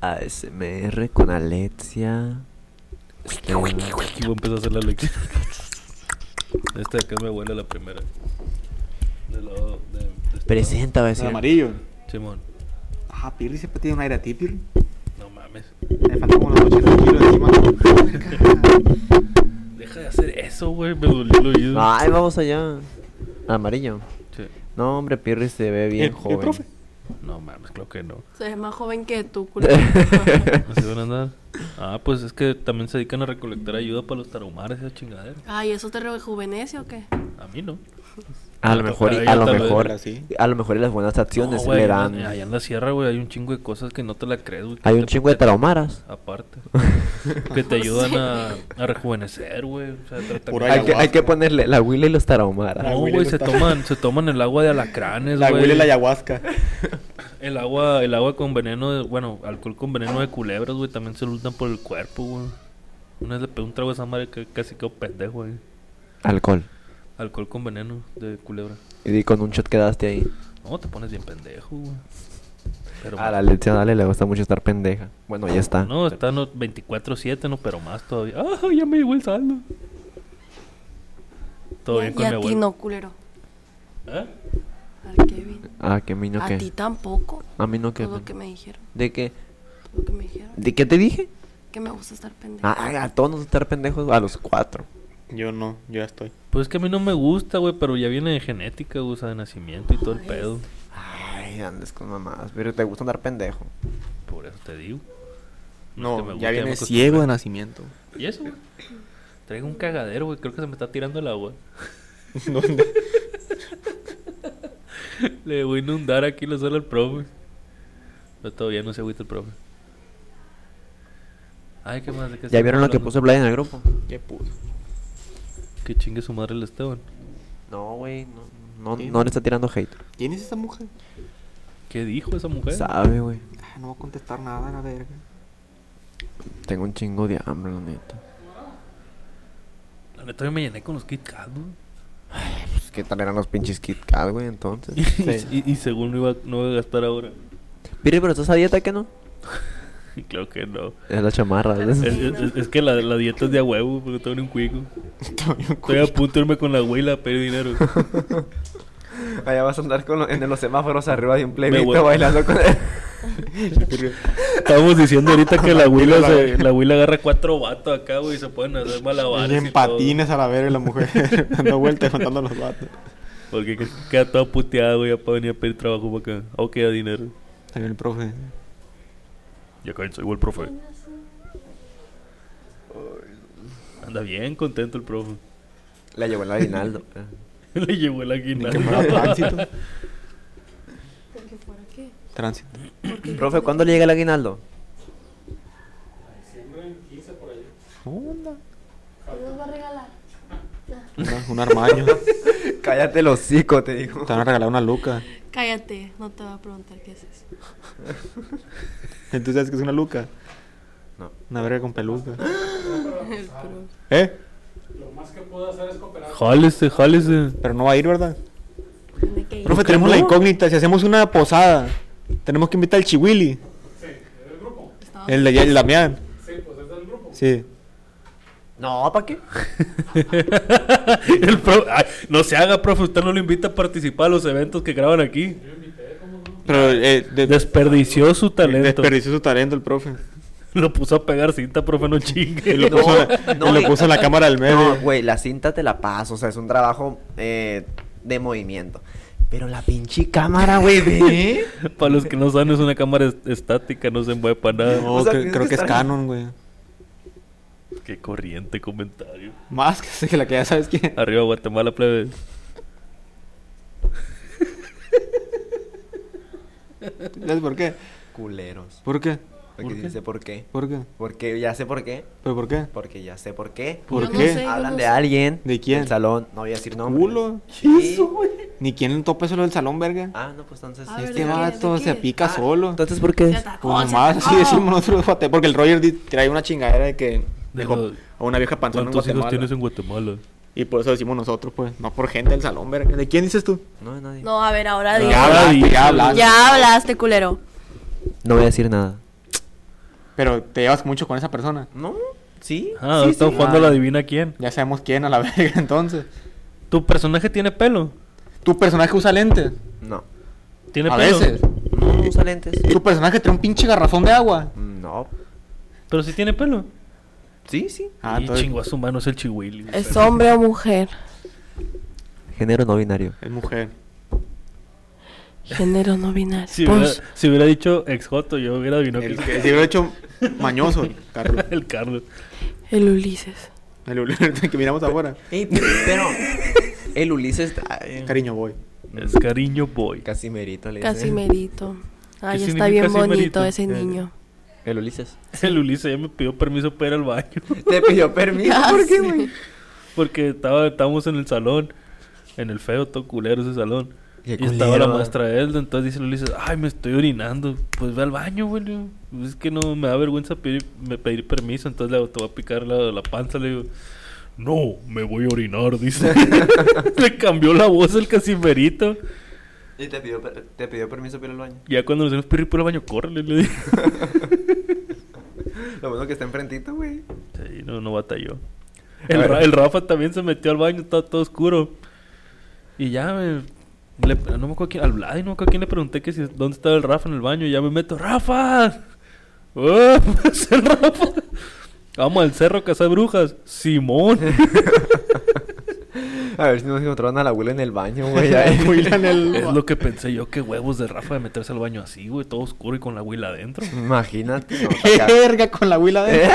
ASMR con Alexia. Este, Y voy a empezar a hacer la lección. Esta de acá me huele la primera. De lo. De, de este Presenta, va a El decir. amarillo. lado. Simón. Ah, Pirri siempre tiene un aire a ti, Pirri. No mames. Le faltan como los 80 kilos encima. Deja de hacer eso, güey. Me dolió el oído. Ay, vamos allá. Amarillo. Sí. No, hombre, Pirri se ve ¿Y el, bien el joven. profe? No mames, creo que no. Se ve más joven que tú, culo. Así van a andar. Ah, pues es que también se dedican a recolectar ayuda para los tarumares, esa chingadera. Ay, ¿eso te rejuvenece o qué? A mí no. A lo Me mejor, y- tocará a yo lo tal vez, mejor, ¿verdad? Sí. a lo mejor y las buenas acciones No, güey, le allá- dan. Allá en la sierra, güey, hay un chingo de cosas que no te la crees, güey. que Hay te- un chingo de que te- tarahumaras. Aparte. que te ayudan a, a rejuvenecer, güey. O sea, tratamiento- Hay Pura que, hay que ayahuasca. ponerle la huila y los tarahumaras. La No, huila güey, no se está- toman, se toman el agua de alacranes, La güey. huele la ayahuasca. El agua, el agua con veneno, de- bueno, alcohol con veneno de culebras, güey, también se lo untan por el cuerpo, güey. Una vez le pegué un trago a esa madre que casi quedó pendejo, güey. Alcohol. Alcohol con veneno de culebra. Y con un shot quedaste ahí. No, te pones bien pendejo, güey. Pero Ah, A la Alexia dale, le gusta mucho estar pendeja. Bueno, ya está. No, está no, 24-7, no, pero más todavía. ¡Ah, ya me llegó el saldo! Todo Y- bien y con mi a ti abuelo. no, culero. ¿Eh? Al Kevin. Ah, que a mí no A ti que. tampoco. A mí no Por que. lo que me dijeron. ¿De qué? por Lo que me dijeron. ¿De qué te dije? Que me gusta estar pendejo. Ah, a todos nos gusta estar pendejos a los cuatro. Yo no, yo ya estoy. Pues es que a mí no me gusta, güey, pero ya viene de genética, güey, o sea, de nacimiento y todo el Ay, pedo. Ay, andes con mamadas, pero te gusta andar pendejo. Por eso te digo. que me No, gusta, ya me viene acostumbré. ciego de nacimiento. ¿Y eso, güey? Traigo un cagadero, güey. Creo que se me está tirando el agua. ¿Dónde? Le voy a inundar aquí la sala al profe. Pero todavía no se agüita el profe. Ay, qué más. ¿De qué ¿Ya estamos vieron lo que puso hablando? Blay en el grupo? ¿Qué puso? Que chingue su madre el Esteban. No, güey, no, no, Sí. no le está tirando hate. ¿Quién es esa mujer? ¿Qué dijo esa mujer? Sabe, güey. Ah, no va a contestar nada, la verga. Tengo un chingo de hambre, la neta. La neta, yo me llené con los Kit Kat, güey. Pues, ¿Qué tal eran los pinches Kit Kat, güey, entonces? Y, y según no iba, no iba a gastar ahora. Piri, pero estás a dieta, ¿qué no? Y Claro que no. Es la chamarra, Es, ¿ves? es- es- es que la, la dieta es de a huevo, porque tengo ni un cuico. Estoy a punto de irme con la abuela a pedir dinero. Allá vas a andar con lo- en los semáforos arriba de un voy. con Estamos diciendo ahorita que la huila, la se, verga. la huila agarra cuatro vatos acá, güey, y se pueden hacer malabares. Y y en todo. patines a la verga la mujer. dando vueltas, levantando los vatos. Porque que- queda toda puteada, güey, ya para venir a pedir trabajo para acá. Ah, Ok, a dinero. Salió el profe. Ya acá soy el profe. Anda bien contento el profe. La llevó el aguinaldo. Le llevó el Ni que fuera tránsito. aguinaldo. Porque fuera qué. Tránsito. Profe, ¿cuándo le llega el aguinaldo? Onda. ¿Quién nos va a regalar? Una- un armaño. Te Cállate los hocico, te digo. van a regalar una luca. Cállate, no te va a preguntar qué haces. ¿Entonces sabes qué es una luca? No. Una verga con peluca. El pro. ¿Eh? Jálese, jálese. Pero no va a ir, ¿verdad? Tiene que ir. Profe, tenemos la incógnita. Si hacemos una posada, tenemos que invitar al Chihuili. Sí, el grupo. El de el Damián. Sí, pues es del grupo. Sí. No, ¿para qué? El pro- Ay, no se haga, profe. Usted no lo invita a participar a los eventos que graban aquí. Pero eh, de- Desperdició su talento. desperdició su talento el profe. Lo puso a pegar cinta, profe, no chingue. Y lo No, puso, en la- no, y lo y- puso en la cámara del medio. No, güey, la cinta te la paso, o sea, es un trabajo eh, de movimiento. Pero la pinche cámara, güey, ve. Para los que no saben, es una cámara est- estática, no se mueve para nada. No, O sea, cre- tienes creo que que es estar- Canon, güey. Qué corriente comentario. Más que, que la que ya sabes quién. Arriba Guatemala, plebe. ¿Sabes por qué? Culeros. ¿Por qué? Porque dice por qué. ¿Por qué? Porque ya sé por qué. ¿Pero por qué? Porque ya sé por qué. ¿Por Yo no qué? sé. Hablan no de sé. alguien. ¿De quién? Del salón. No voy a decir nombres. Culo. Sí. Ni quién topa eso lo del salón, verga. Ah, no, pues entonces. A ver, este ¿de qué? vato ¿De se qué? Ah, pica solo. Entonces, ¿por qué? Se atacó, Pues se nomás así atacó. decimos nosotros, guate- porque el Roger di- trae una chingadera de que dejó Dijo, a una vieja panzona en ¿Cuántos hijos Guatemala. tienes en Guatemala? Y por eso decimos nosotros, pues, no por gente del salón, verga. ¿De quién dices tú? No, de nadie. No, a ver, ahora Ya diga. hablaste, ya hablaste. Ya hablaste, culero. No voy a decir nada. Pero te llevas mucho con esa persona. ¿No? ¿Sí? Ah, ahora estamos jugando a la adivina quién. Ya sabemos quién a la verga, entonces. ¿Tu personaje tiene pelo? ¿Tu personaje usa lentes? No. ¿Tiene a pelo? veces. No, no usa lentes. ¿Tu personaje trae un pinche garrafón de agua? No. Pero si tiene pelo. Sí, sí. Ah, y entonces- chingo a su mano, es el chihuili. ¿Es hombre o mujer? Género no binario. Es mujer. Género no binario. Si hubiera, Pues, si hubiera dicho exjoto, yo hubiera adivinado El que que se hubiera hecho mañoso, Carlos. el Carlos. el Ulises. El que miramos ahora. Ey, pero. El Ulises. ay, Cariño, voy. Es cariño boy. Casimerito le dicen. Casimerito. Ay, ¿Qué significa está bien bonito Casimerito? ese niño. El Ulises. El Ulises ya me pidió permiso para ir al baño. Te pidió permiso. Ya ¿Por qué, sé. güey? Porque estaba, estábamos en el salón. En el feo, todo culero ese salón. Qué y estaba la culero. maestra Elda. Entonces dice el Ulises, ay, me estoy orinando. Pues ve al baño, güey. le digo. "Pues Es que no me da vergüenza pedir, me- pedir permiso. Entonces le digo, te voy a picar la, la panza. Le digo, no, me voy a orinar, dice. le cambió la voz el casimerito. Y te pidió, per- te pidió permiso para ir al baño. Ya cuando nos dimos pirri por el baño, córrele, le dije. Lo bueno que está enfrentito, güey. Sí, no, no batalló. A El, ver. Ra- el Rafa también se metió al baño, estaba todo oscuro. Y ya me. le- no me acuerdo a quién, al Vlad, no me acuerdo a quién le pregunté que si, dónde estaba el Rafa en el baño. Y ya me meto, ¡Rafa! ¡Oh! es el Rafa! Vamos al cerro a cazar brujas. ¡Simón! A ver si nos encontraron a la abuela en el baño, güey. ahí. Huilan el- es lo que pensé yo, qué huevos de Rafa de meterse al baño así, güey, todo oscuro y con la huila adentro. Imagínate. no, ¡Qué acá. verga con la huila de... Eh,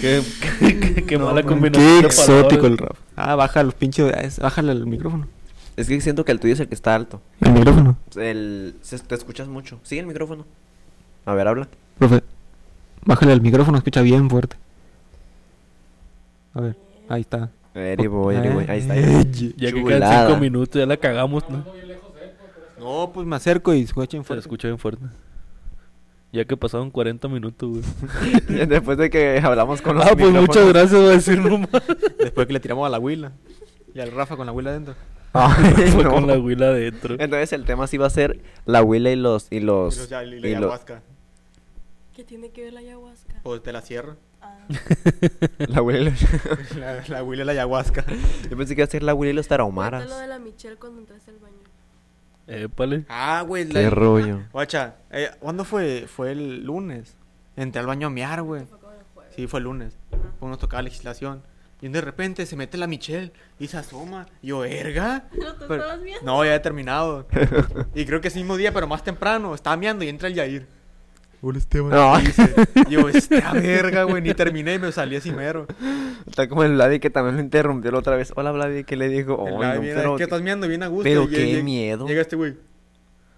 Qué, qué- qué- qué mala combinación. Qué de exótico el palabras. rap. Ah, baja los pinches... ah, es- Bájale el micrófono. Es que siento que el tuyo es el que está alto. El micrófono. El, se- te escuchas mucho. Sigue el micrófono. A ver, habla. Profe, bájale el micrófono, escucha bien fuerte. A ver, ahí está. Eri boy, eri boy. Ahí está. Ey. Ah, Ya que quedan Chulada. cinco minutos, ya la cagamos, ¿no? No, pues me acerco y escuchen Se la fuerte. escucha bien fuerte. Ya que pasaron 40 minutos, güey. Después de que hablamos con los Ah, pues micrófonos. muchas gracias, voy a decir nomás. Después que le tiramos a la huila. Y al Rafa con la huila adentro. Ay, Fue no. con la huila adentro. Entonces el tema sí va a ser la huila y los y los Pues, y los- ¿Qué tiene que ver la ayahuasca? O te la cierra. la huila y los- La, huila y la ayahuasca. Yo pensé que iba a ser la huila y los tarahumaras. lo de la Michelle cuando entraste al baño. Épale. Ah, güey. Qué La... rollo. Guacha, eh, ¿cuándo fue? Fue el lunes. Entré al baño a mear, güey. Sí, fue el lunes. Cuando nos tocaba legislación. Y de repente se mete la Michelle y se asoma. Y yo, ¿erga? Pero tú estabas viendo. No, ya he terminado. y creo que ese mismo día, pero más temprano, estaba meando y entra el Yair. Hola, Esteban. No. Y dice- y yo, esta verga, güey, ni terminé y me salí así mero. Está como el Vladi que también lo interrumpió la otra vez. Hola Vladi, ¿qué le dijo? El Ay, Vlad no, viene, pero- ¿Qué estás meando? Bien a gusto. pero y qué miedo. Llega este güey.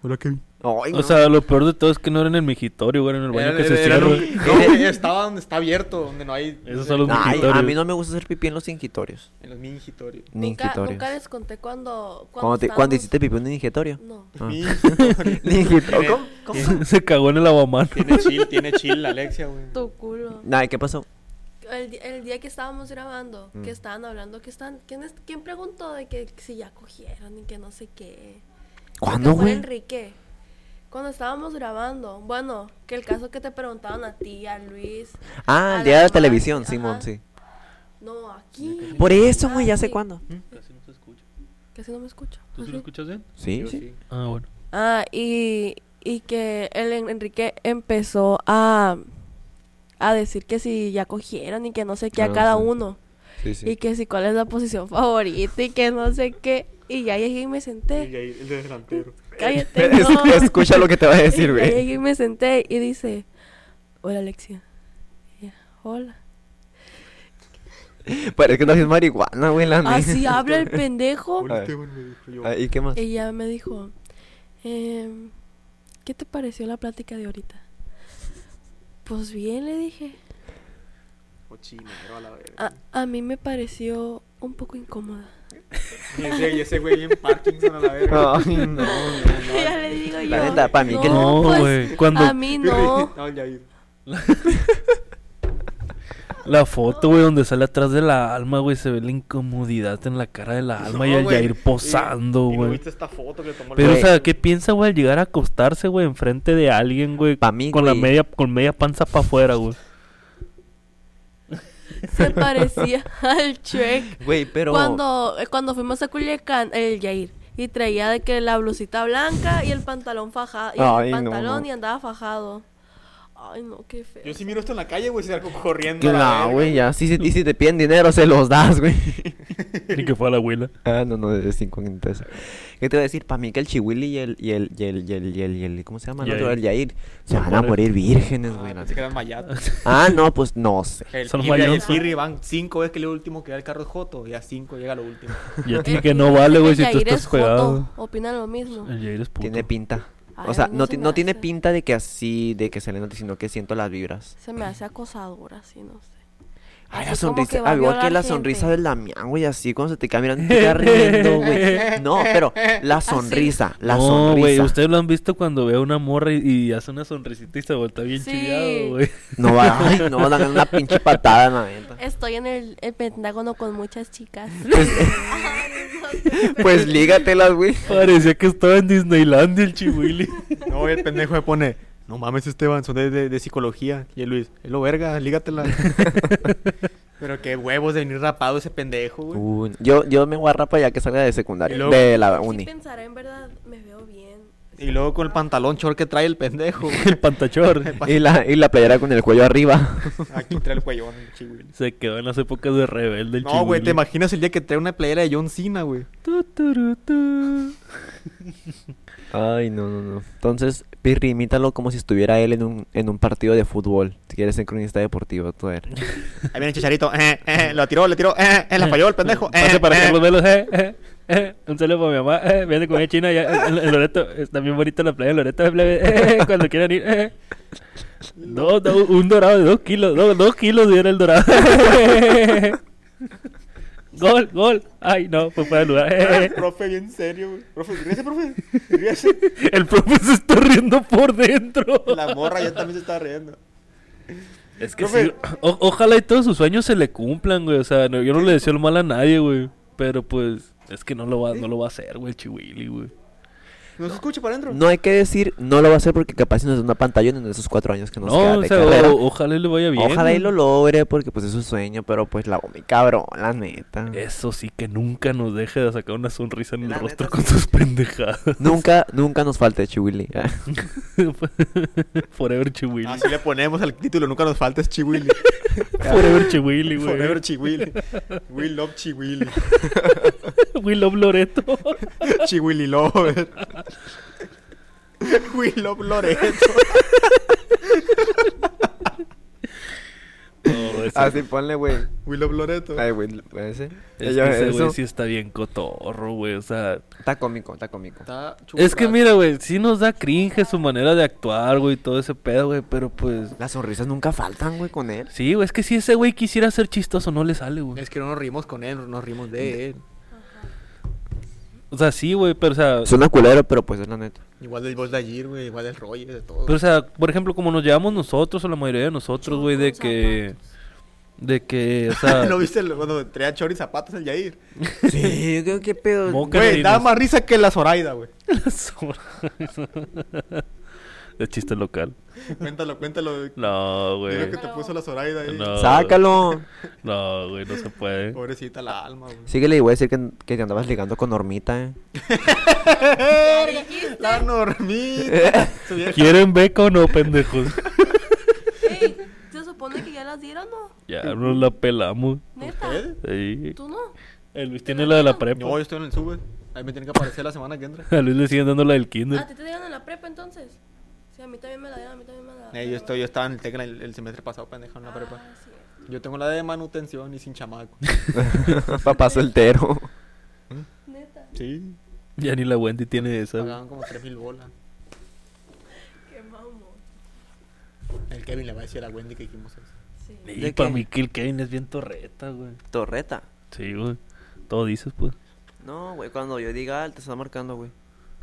Hola, Kevin. Ay, no. O sea, lo peor de todo es que no era en el migitorio, güey, era en el baño Era- que se era- era cierra. un- no, güey, estaba donde está abierto, donde no hay... Esos son los Ay, a mí migitorios. no me gusta hacer pipí en los ingitorios. En los mingitorios. Nunca, Ningitorios. nunca les conté cuando. Cuando, te- estábamos- cuando hiciste pipí en un ingitorio. No. Ah. Mingitorios. Eh, Ingitorio. ¿Cómo? ¿Cómo? Se cagó en el lavamano. Tiene chill, tiene chill la Alexia, güey. Tu culo. Ay, ¿qué pasó? El, di- el día que estábamos grabando, que Mm. estaban hablando, que están. ¿quién, es- ¿Quién preguntó de que si ya cogieron y que no sé qué? Creo ¿Cuándo, que fue güey? Enrique. Cuando estábamos grabando, bueno, que el caso que te preguntaban a ti, a Luis. Ah, a el día de la Mari, televisión, ajá. Simón, sí. No, aquí. Por eso, güey, ya sé Ay, cuándo. Casi no se escucha. Casi no me escucho. ¿Tú sí lo escuchas bien? Sí, sí. Ah, bueno. Ah, y, y que el En- Enrique empezó a, a decir que si ya cogieron y que no sé qué a Ah, cada sí. uno. Sí, sí. Y que si cuál es la posición favorita y que no sé qué. Y ya llegué y me senté. el delantero. Cállate. Es- no. Escucha lo que te va a decir, Y ya güey. llegué y me senté y dice, hola Alexia. Y ya, hola. Parece que estás haciendo marihuana, güey, Ah, la neta. Así habla el pendejo. Hola, Esteban, Ah, ¿Y qué más? Ella me dijo, "Em, ¿qué te pareció la plática de ahorita? Pues bien, le dije. Cochinero "Oh, a la verga. A, a mí me pareció un poco incómoda. Y ese, y ese güey en Parkinson a la verga. Ay, no, ya le digo yo. La neta, pa' mí que no, pues, güey, cuando- A mí no. No, el Yair. La foto, güey, donde sale atrás de la alma, güey, se ve la incomodidad en la cara de la alma y No, al güey. Jair posando, Y- y no güey. viste esta foto que le tomó el Pero, o Güey. sea, ¿qué piensa, güey, al llegar a acostarse, güey, enfrente de alguien, güey? Pa' mí, con la güey. media, con media panza para afuera, güey. Se parecía al Shrek. Güey, pero. Cuando, eh, cuando fuimos a Culiacán, el Yair. Y traía de que la blusita blanca y el pantalón fajado. Y Ay, el no, pantalón no. y andaba fajado. Ay, no, qué feo. Yo sí miro esto en la calle, güey, se algo corriendo. Que a la no, verga. güey, ya. Sí, sí, y si te piden dinero, se los das, güey. Ni que fue a la abuela. Ah, no, no, de 50 eso. ¿Qué te iba a decir? Para mí que el Chihuili y el, y el, y el, y el, y el, y el- ¿cómo se llama? El otro, Yair. el Yair, se van a mueren. morir vírgenes, güey. Ah, la pensé que eran mayatas. neta. Ah, no, pues no sé. El Son Pirri, el mayatas. Pirri van cinco veces que el último que da el carro es Joto y a cinco llega lo último. Ya tiene que no vale, güey, si tú Yair estás es joto, pegado. Opinan lo mismo. El Jair es puto. Tiene pinta. Ay, O sea, a mí no, se ti- me no tiene hace. pinta de que así, de que se le note, sino que siento las vibras. Se me hace acosadora, así, no sé. Ay, la Así como sonrisa, pues, que va a ah, igual que violar la gente. sonrisa del Damián, güey, así cuando se te caminan, te quedas riendo, güey. No, pero la sonrisa, la no, sonrisa. güey, ustedes lo han visto cuando ve a una morra y, y hace una sonrisita y se vuelta bien Sí. chillado, güey. No va, ay, no van a ganar una pinche patada en la neta. Estoy en el, el pentágono con muchas chicas. Pues, pues lígatelas, güey. Parecía que estaba en Disneylandia el Chihuili. No, el pendejo me pone, no mames Esteban, son de, de- de psicología. Y el Luis, es lo verga, lígatela. Pero qué huevos de venir rapado ese pendejo, güey. Uh, yo, yo me voy a rapar ya que salga de secundaria, Y luego- de la Si uni. pensará, en verdad, me veo bien. Y luego con el pantalón short que trae el pendejo. güey. el pantachor. Y la, y la playera con el cuello arriba. Aquí trae el cuellón, el chihuil. Se quedó en las épocas de rebelde el No, güey, te Chihuili. imaginas el día que trae una playera de John Cena, güey. Tu, turu, tu. Ay, no, no, no. Entonces, Pirri, imítalo como si estuviera él en un, en un partido de fútbol. Si quieres ser cronista deportivo, tú eres. Ahí viene el chicharito, eh, eh, lo tiró, le tiró, eh, eh, la falló el pendejo. eh, Pase para eh. Carlos Velos, eh, eh, eh. Un saludo para mi mamá, eh. Viene con China ya. En, en Loreto, está bien bonita la playa de Loreto. eh, eh, cuando quieran ir, eh. No, no, un dorado de dos kilos. No, dos kilos diera el dorado. gol, gol. Ay, no, pues fuera de lugar. eh. Profe, bien serio, güey. Profe, ríase, profe. Ríase. eh. El profe se está riendo por dentro. La morra ya también se está riendo. Es que Profe. sí, o- ojalá y todos sus sueños se le cumplan, güey. O sea, no- yo no le deseo el mal a nadie, güey. Pero pues, es que no lo va, no lo va a hacer, güey, el Chihuili, güey. ¿No se escucha para adentro? No hay que decir, no lo va a hacer porque capaz si nos da una pantalla en esos cuatro años que nos No, quedan o de sea, carrera. o- ojalá y le vaya bien. Ojalá y lo güey. logre porque pues es su sueño, pero pues la mi cabrón, la neta. Eso sí que nunca nos deje de sacar una sonrisa en el La rostro neta, con sus pendejadas. Nunca, nunca nos falte Chihuili. Forever Chihuili. Así le ponemos al título, nunca nos falta, es Chihuili. Forever Chihuili, güey. Forever Chihuili. We love Chihuili. We love Loreto. Chihuili lover. We love Loreto. No, ese- Ah, ponle, güey. We love Loreto. Ay, güey, ese. es que ese güey sí está bien cotorro, güey. O sea, Está cómico, está cómico. Está es que mira, güey, sí nos da cringe su manera de actuar, güey, todo ese pedo, güey. Pero pues, Las sonrisas nunca faltan, güey, con él. sí, güey, es que si ese güey quisiera ser chistoso, no le sale, güey. Es que no nos rimos con él, nos rimos de él. O sea, sí, güey, pero o sea, Suena culero, pero pues es la neta. Igual del voz de ayer, güey, igual del Roger, de todo. Pero, o sea, por ejemplo, como nos llevamos nosotros, o la mayoría de nosotros, güey, de que. De que, o sea. ¿No viste el- cuando traía chor y zapatos el Yair? Sí, qué, qué pedo. Moca Güey, de daba dinos- más risa que la Zoraida, güey. De chiste local. Cuéntalo, cuéntalo. No, Dime güey. que te puso la Zoraida ahí. No. Sácalo. No, güey, no se puede. Pobrecita la alma, güey. Síguele y voy a decir que, que te andabas ligando con Normita, eh. La normita. Su vieja. ¿Quieren beca o no, pendejos? Ey, ¿se supone que ya las dieron no? ya, nos la pelamos. Neta, ¿Eh? Sí. ¿tú no? El Luis tiene la de la prepa. No, yo estoy en el sube. Ahí me tienen que aparecer la semana que entra. A Luis le siguen dando la del ¿A kinder. ti te dieron en la prepa entonces? Sí, a mí también me la dieron, a mí también me la dieron. Eh, yo, estoy, yo estaba en el TEC el, el semestre pasado, pendejo, en la prepa. Ah, sí. Yo tengo la de manutención y sin chamaco. Papá soltero. Neta, Sí. Ya ni la Wendy tiene esa. güey. Pagaban como 3 mil bolas. qué mamón. El Kevin le va a decir a Wendy que dijimos eso. Y ¿De para qué? mí que el Kevin es bien torreta, güey. Torreta. Sí, güey. Todo dices, pues. No, güey, cuando yo diga te está marcando, güey.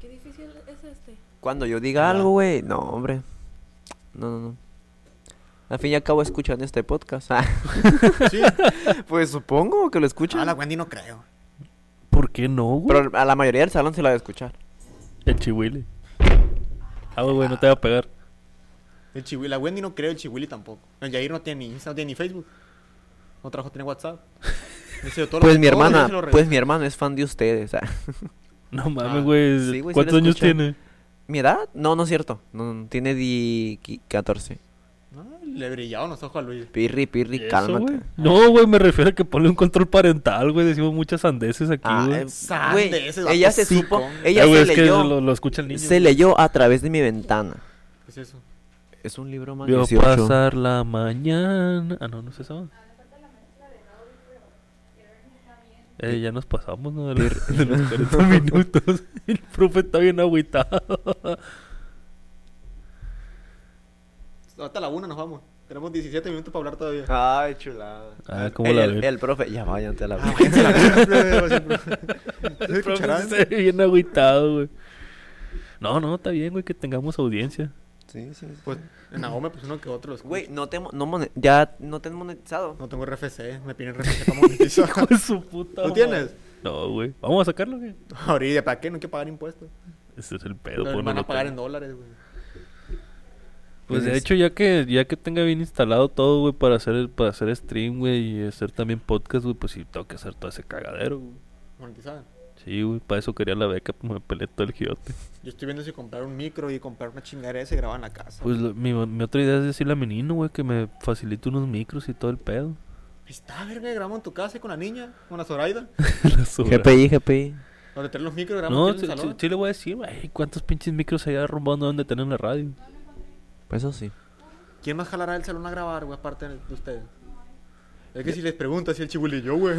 Qué difícil es este. Cuando yo diga algo, güey. No, hombre. No, no, no. Al fin y al cabo escuchan este podcast. Ah, Sí. pues supongo que lo Ah, escuchan. la Wendy no creo. ¿Por qué no, güey? Pero a la mayoría del salón se la va a escuchar. El chihuile. Ah, güey, no te va a pegar. El Chihuili, la Wendy no creo, el Chihuili tampoco. El Jair no tiene ni Insta, no tiene ni Facebook. No trabajo, tiene WhatsApp. Ese yo todos Pues los- mi todos los días hermana, se lo pues regreso. mi hermano es fan de ustedes. ah. No Ah, mames, güey. sí, güey, sí ¿Cuántos lo años escuché. tiene? ¿Mi edad? No, no es cierto. No, no, tiene di... qui- 14. No, Le brillaban los ojos a Luis. Pirri, pirri, Eso, cálmate. güey. No, güey, me refiero a que ponle un control parental, güey. Decimos muchas sandeces aquí, Ah, güey. eh, Sande, güey, ese vato ella se sí, supo, con- Eh, ella güey, se es que leyó, lo, lo escucha el niño. se leyó a través de mi ventana. ¿Qué es eso? Es un libro más Vio 18. pasar la mañana. Ah, no, no sé eso. Eh, ya nos pasamos, ¿no? De los, de los 40 minutos. El profe está bien agüitado. Hasta la una nos vamos. Tenemos 17 minutos para hablar todavía. Ay, chulada. Ah, ¿cómo El, la el- ve? el profe, ya váyanse a la verga. El profe sí se ve bien agüitado, güey. No, no, está bien, güey, que tengamos audiencia. Sí, sí, sí. Pues en Ahome, pues uno que otro. los Güey, no te, mo- no mone- ya no te han monetizado. No tengo RFC, eh, me piden RFC para monetizar. Hijo de su puta. ¿Tú madre. tienes? No, güey. Vamos a sacarlo, güey. Ahorita, ¿para qué? No hay que pagar impuestos. Ese es el pedo, Pero pues, van no a lo pagar en tengo. dólares, güey. Pues de hecho, ya que, ya que tenga bien instalado todo, güey, para hacer, el- para hacer stream, güey, y hacer también podcast, güey, pues sí, tengo que hacer todo ese cagadero, güey. Monetizar. Sí, güey, para eso quería la beca, pues me peleé todo el giote. Yo estoy viendo si comprar un micro y comprar una chingadera y se graba en la casa. Pues lo- mi, mi otra idea es decirle a mi nino, güey, que me facilite unos micros y todo el pedo. Ahí Está, verga, grabamos en tu casa y con la niña, con la Zoraida. La sobra. GPI, GPI. Donde tenés los micros, grabamos No, aquí sí, en el sí- salón. sí le voy a decir, güey, cuántos pinches micros allá arrumbados deben de tener en la radio. Pues eso sí. ¿Quién más jalará el salón a grabar, güey, aparte de de ustedes? Es que si les pregunto, si el chibuli yo, güey.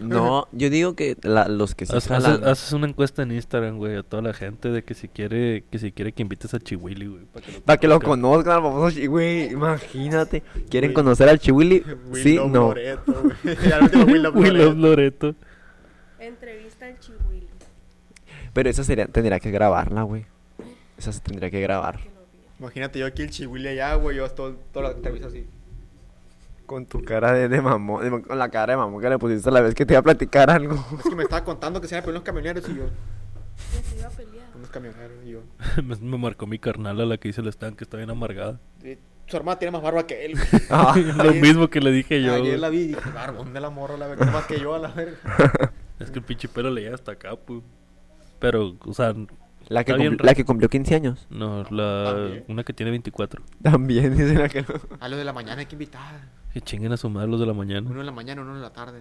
No, yo digo que la- los que sí Haz- Haces, jalan. haces una encuesta en Instagram, güey, a toda la gente de que si quiere que si quiere que invites a Chihuili, güey. para que lo- Para que lo conozcan, al famoso Chi- güey, imagínate. ¿Quieren Güey. conocer al Chihuili? Will Sí, Love no. Loreto, güey. Al último, Will Love Will Love Loreto. Loreto. Entrevista al chihuahua. Pero esa sería, tendría que grabarla, güey. Esa se tendría que grabar. Imagínate yo aquí el chibuli allá, güey. Yo todo, toda la entrevista así. Con tu cara de, de mamón, de- con la cara de mamón que le pusiste la vez que te iba a platicar algo. Es que me estaba contando que se habían peleado unos camioneros y yo. Se iba a pelear. Unos camioneros y yo. me, me marcó mi carnal a la que hice el stand que está bien amargada. eh, Su hermana tiene más barba que él. güey. Ah, lo mismo que le dije yo. Ayer güey. la vi y dije, barbón de la morra, la verga, más que yo a la verga. Es que el pinche pelo le llega hasta acá, pues. Pero, o sea, la, que Está bien cumpl- la que cumplió 15 años. no, la También. una que tiene 24. También, dice la que. A los de la mañana hay que invitar. Que chinguen a su madre los de la mañana. Uno en la mañana, uno en la tarde.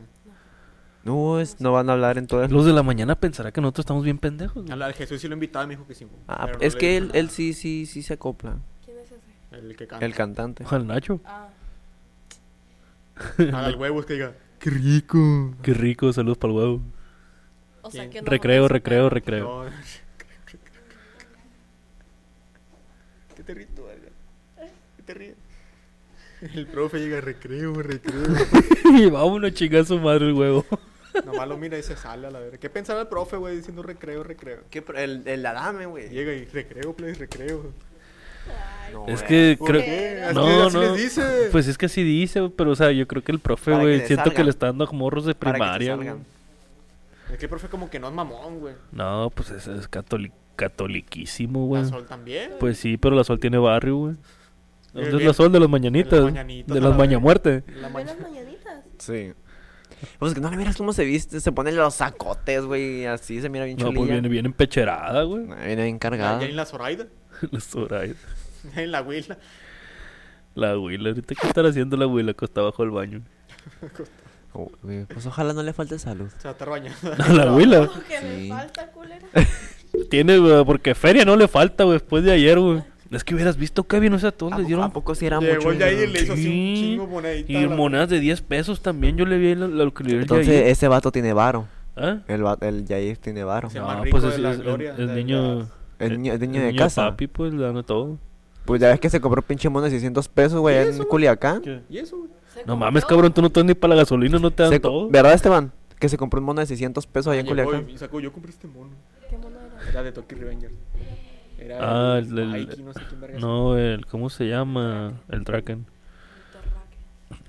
No, es- no van a hablar en todas. Los de la mañana pensará que nosotros estamos bien pendejos. güey. Al, al Jesús sí lo invitaba y me dijo que sí. Ah, pero no es le que dije él, nada. él sí, sí, sí se acopla. ¿Quién es ese? El que canta. El cantante. Al Nacho. Haga el huevo es que diga. Qué rico, saludos para el huevo. O sea, ¿Quién? que no Recreo, vamos a recreo, sacar. recreo. No. ¿Qué te ríes tú, verga? ¿Qué te ríes? El profe llega, recreo, recreo. y vámonos a chingar a su madre el huevo. Nomás lo mira y se sale a la verga. ¿Qué pensaba el profe, güey, diciendo recreo, recreo? ¿Qué, pro- el, el Adame, güey. Llega y recreo, please, recreo. No, Es güey. que ¿Por creo qué? Así- no, así no. les dice. Pues es que así dice, güey, pero o sea, yo creo que el profe, Para que güey, le siento que salgan. le está dando como morros de Para que te primaria. güey. salgan. Es que el profe como que no es mamón, güey. No, pues es, es catoli- catoliquísimo, güey. La Sol también. Pues sí, pero la Sol tiene barrio, güey. Eh, ¿Dónde es bien. la Sol de las De mañanitas? las mañanitas, De a las la mañamuertes. La ¿Ve las mañana. mañanitas? Sí. Pues que no le miras cómo se viste, se pone los sacotes, güey, así se mira bien No, chulilla. pues viene bien empecherada, güey. Ah, viene bien Ya cargada. en la Zoraida. La Zoraida. Ya en la Huila. La abuela, ahorita qué estará haciendo la abuela acostada bajo el baño. Oh, güey, pues ojalá no le falte salud. Se va a estar bañando. No, la abuela. Lo que Sí. me falta, culera. Tiene, güey, porque feria no le falta, güey, después de ayer, güey. Es que hubieras visto, Kevin, o sea, todos ¿A les poco- dieron ¿A poco sí era Llegó mucho? ya y dinero? le hizo así un Sí. chingo monedita. Y a la- monedas de 10 pesos también, yo le vi lo, lo que le dio el Entonces, Yair. ese vato tiene varo. ¿Ah? El, va- el Yair tiene varo. Se llama No, rico pues de es, la es- gloria, es de niño... las- El niño, el niño eh, el de casa. papi, pues, le dan todo. Pues ya ves que se compró pinche mono de 600 pesos, güey, allá en Culiacán. ¿Y eso, güey? No mames, cabrón, tú no te das ni para la gasolina, no te dan Se co- todo. ¿Verdad, Esteban? Que se compró un mono de 600 pesos allá en Ah, Llegó Culiacán. y sacó, yo compré este mono. ¿Qué mono era? Era de Tokyo Revengers. Era Ah, el, el- el- Mikey, no sé quién verga. No, el... ¿Cómo se llama? El Draken.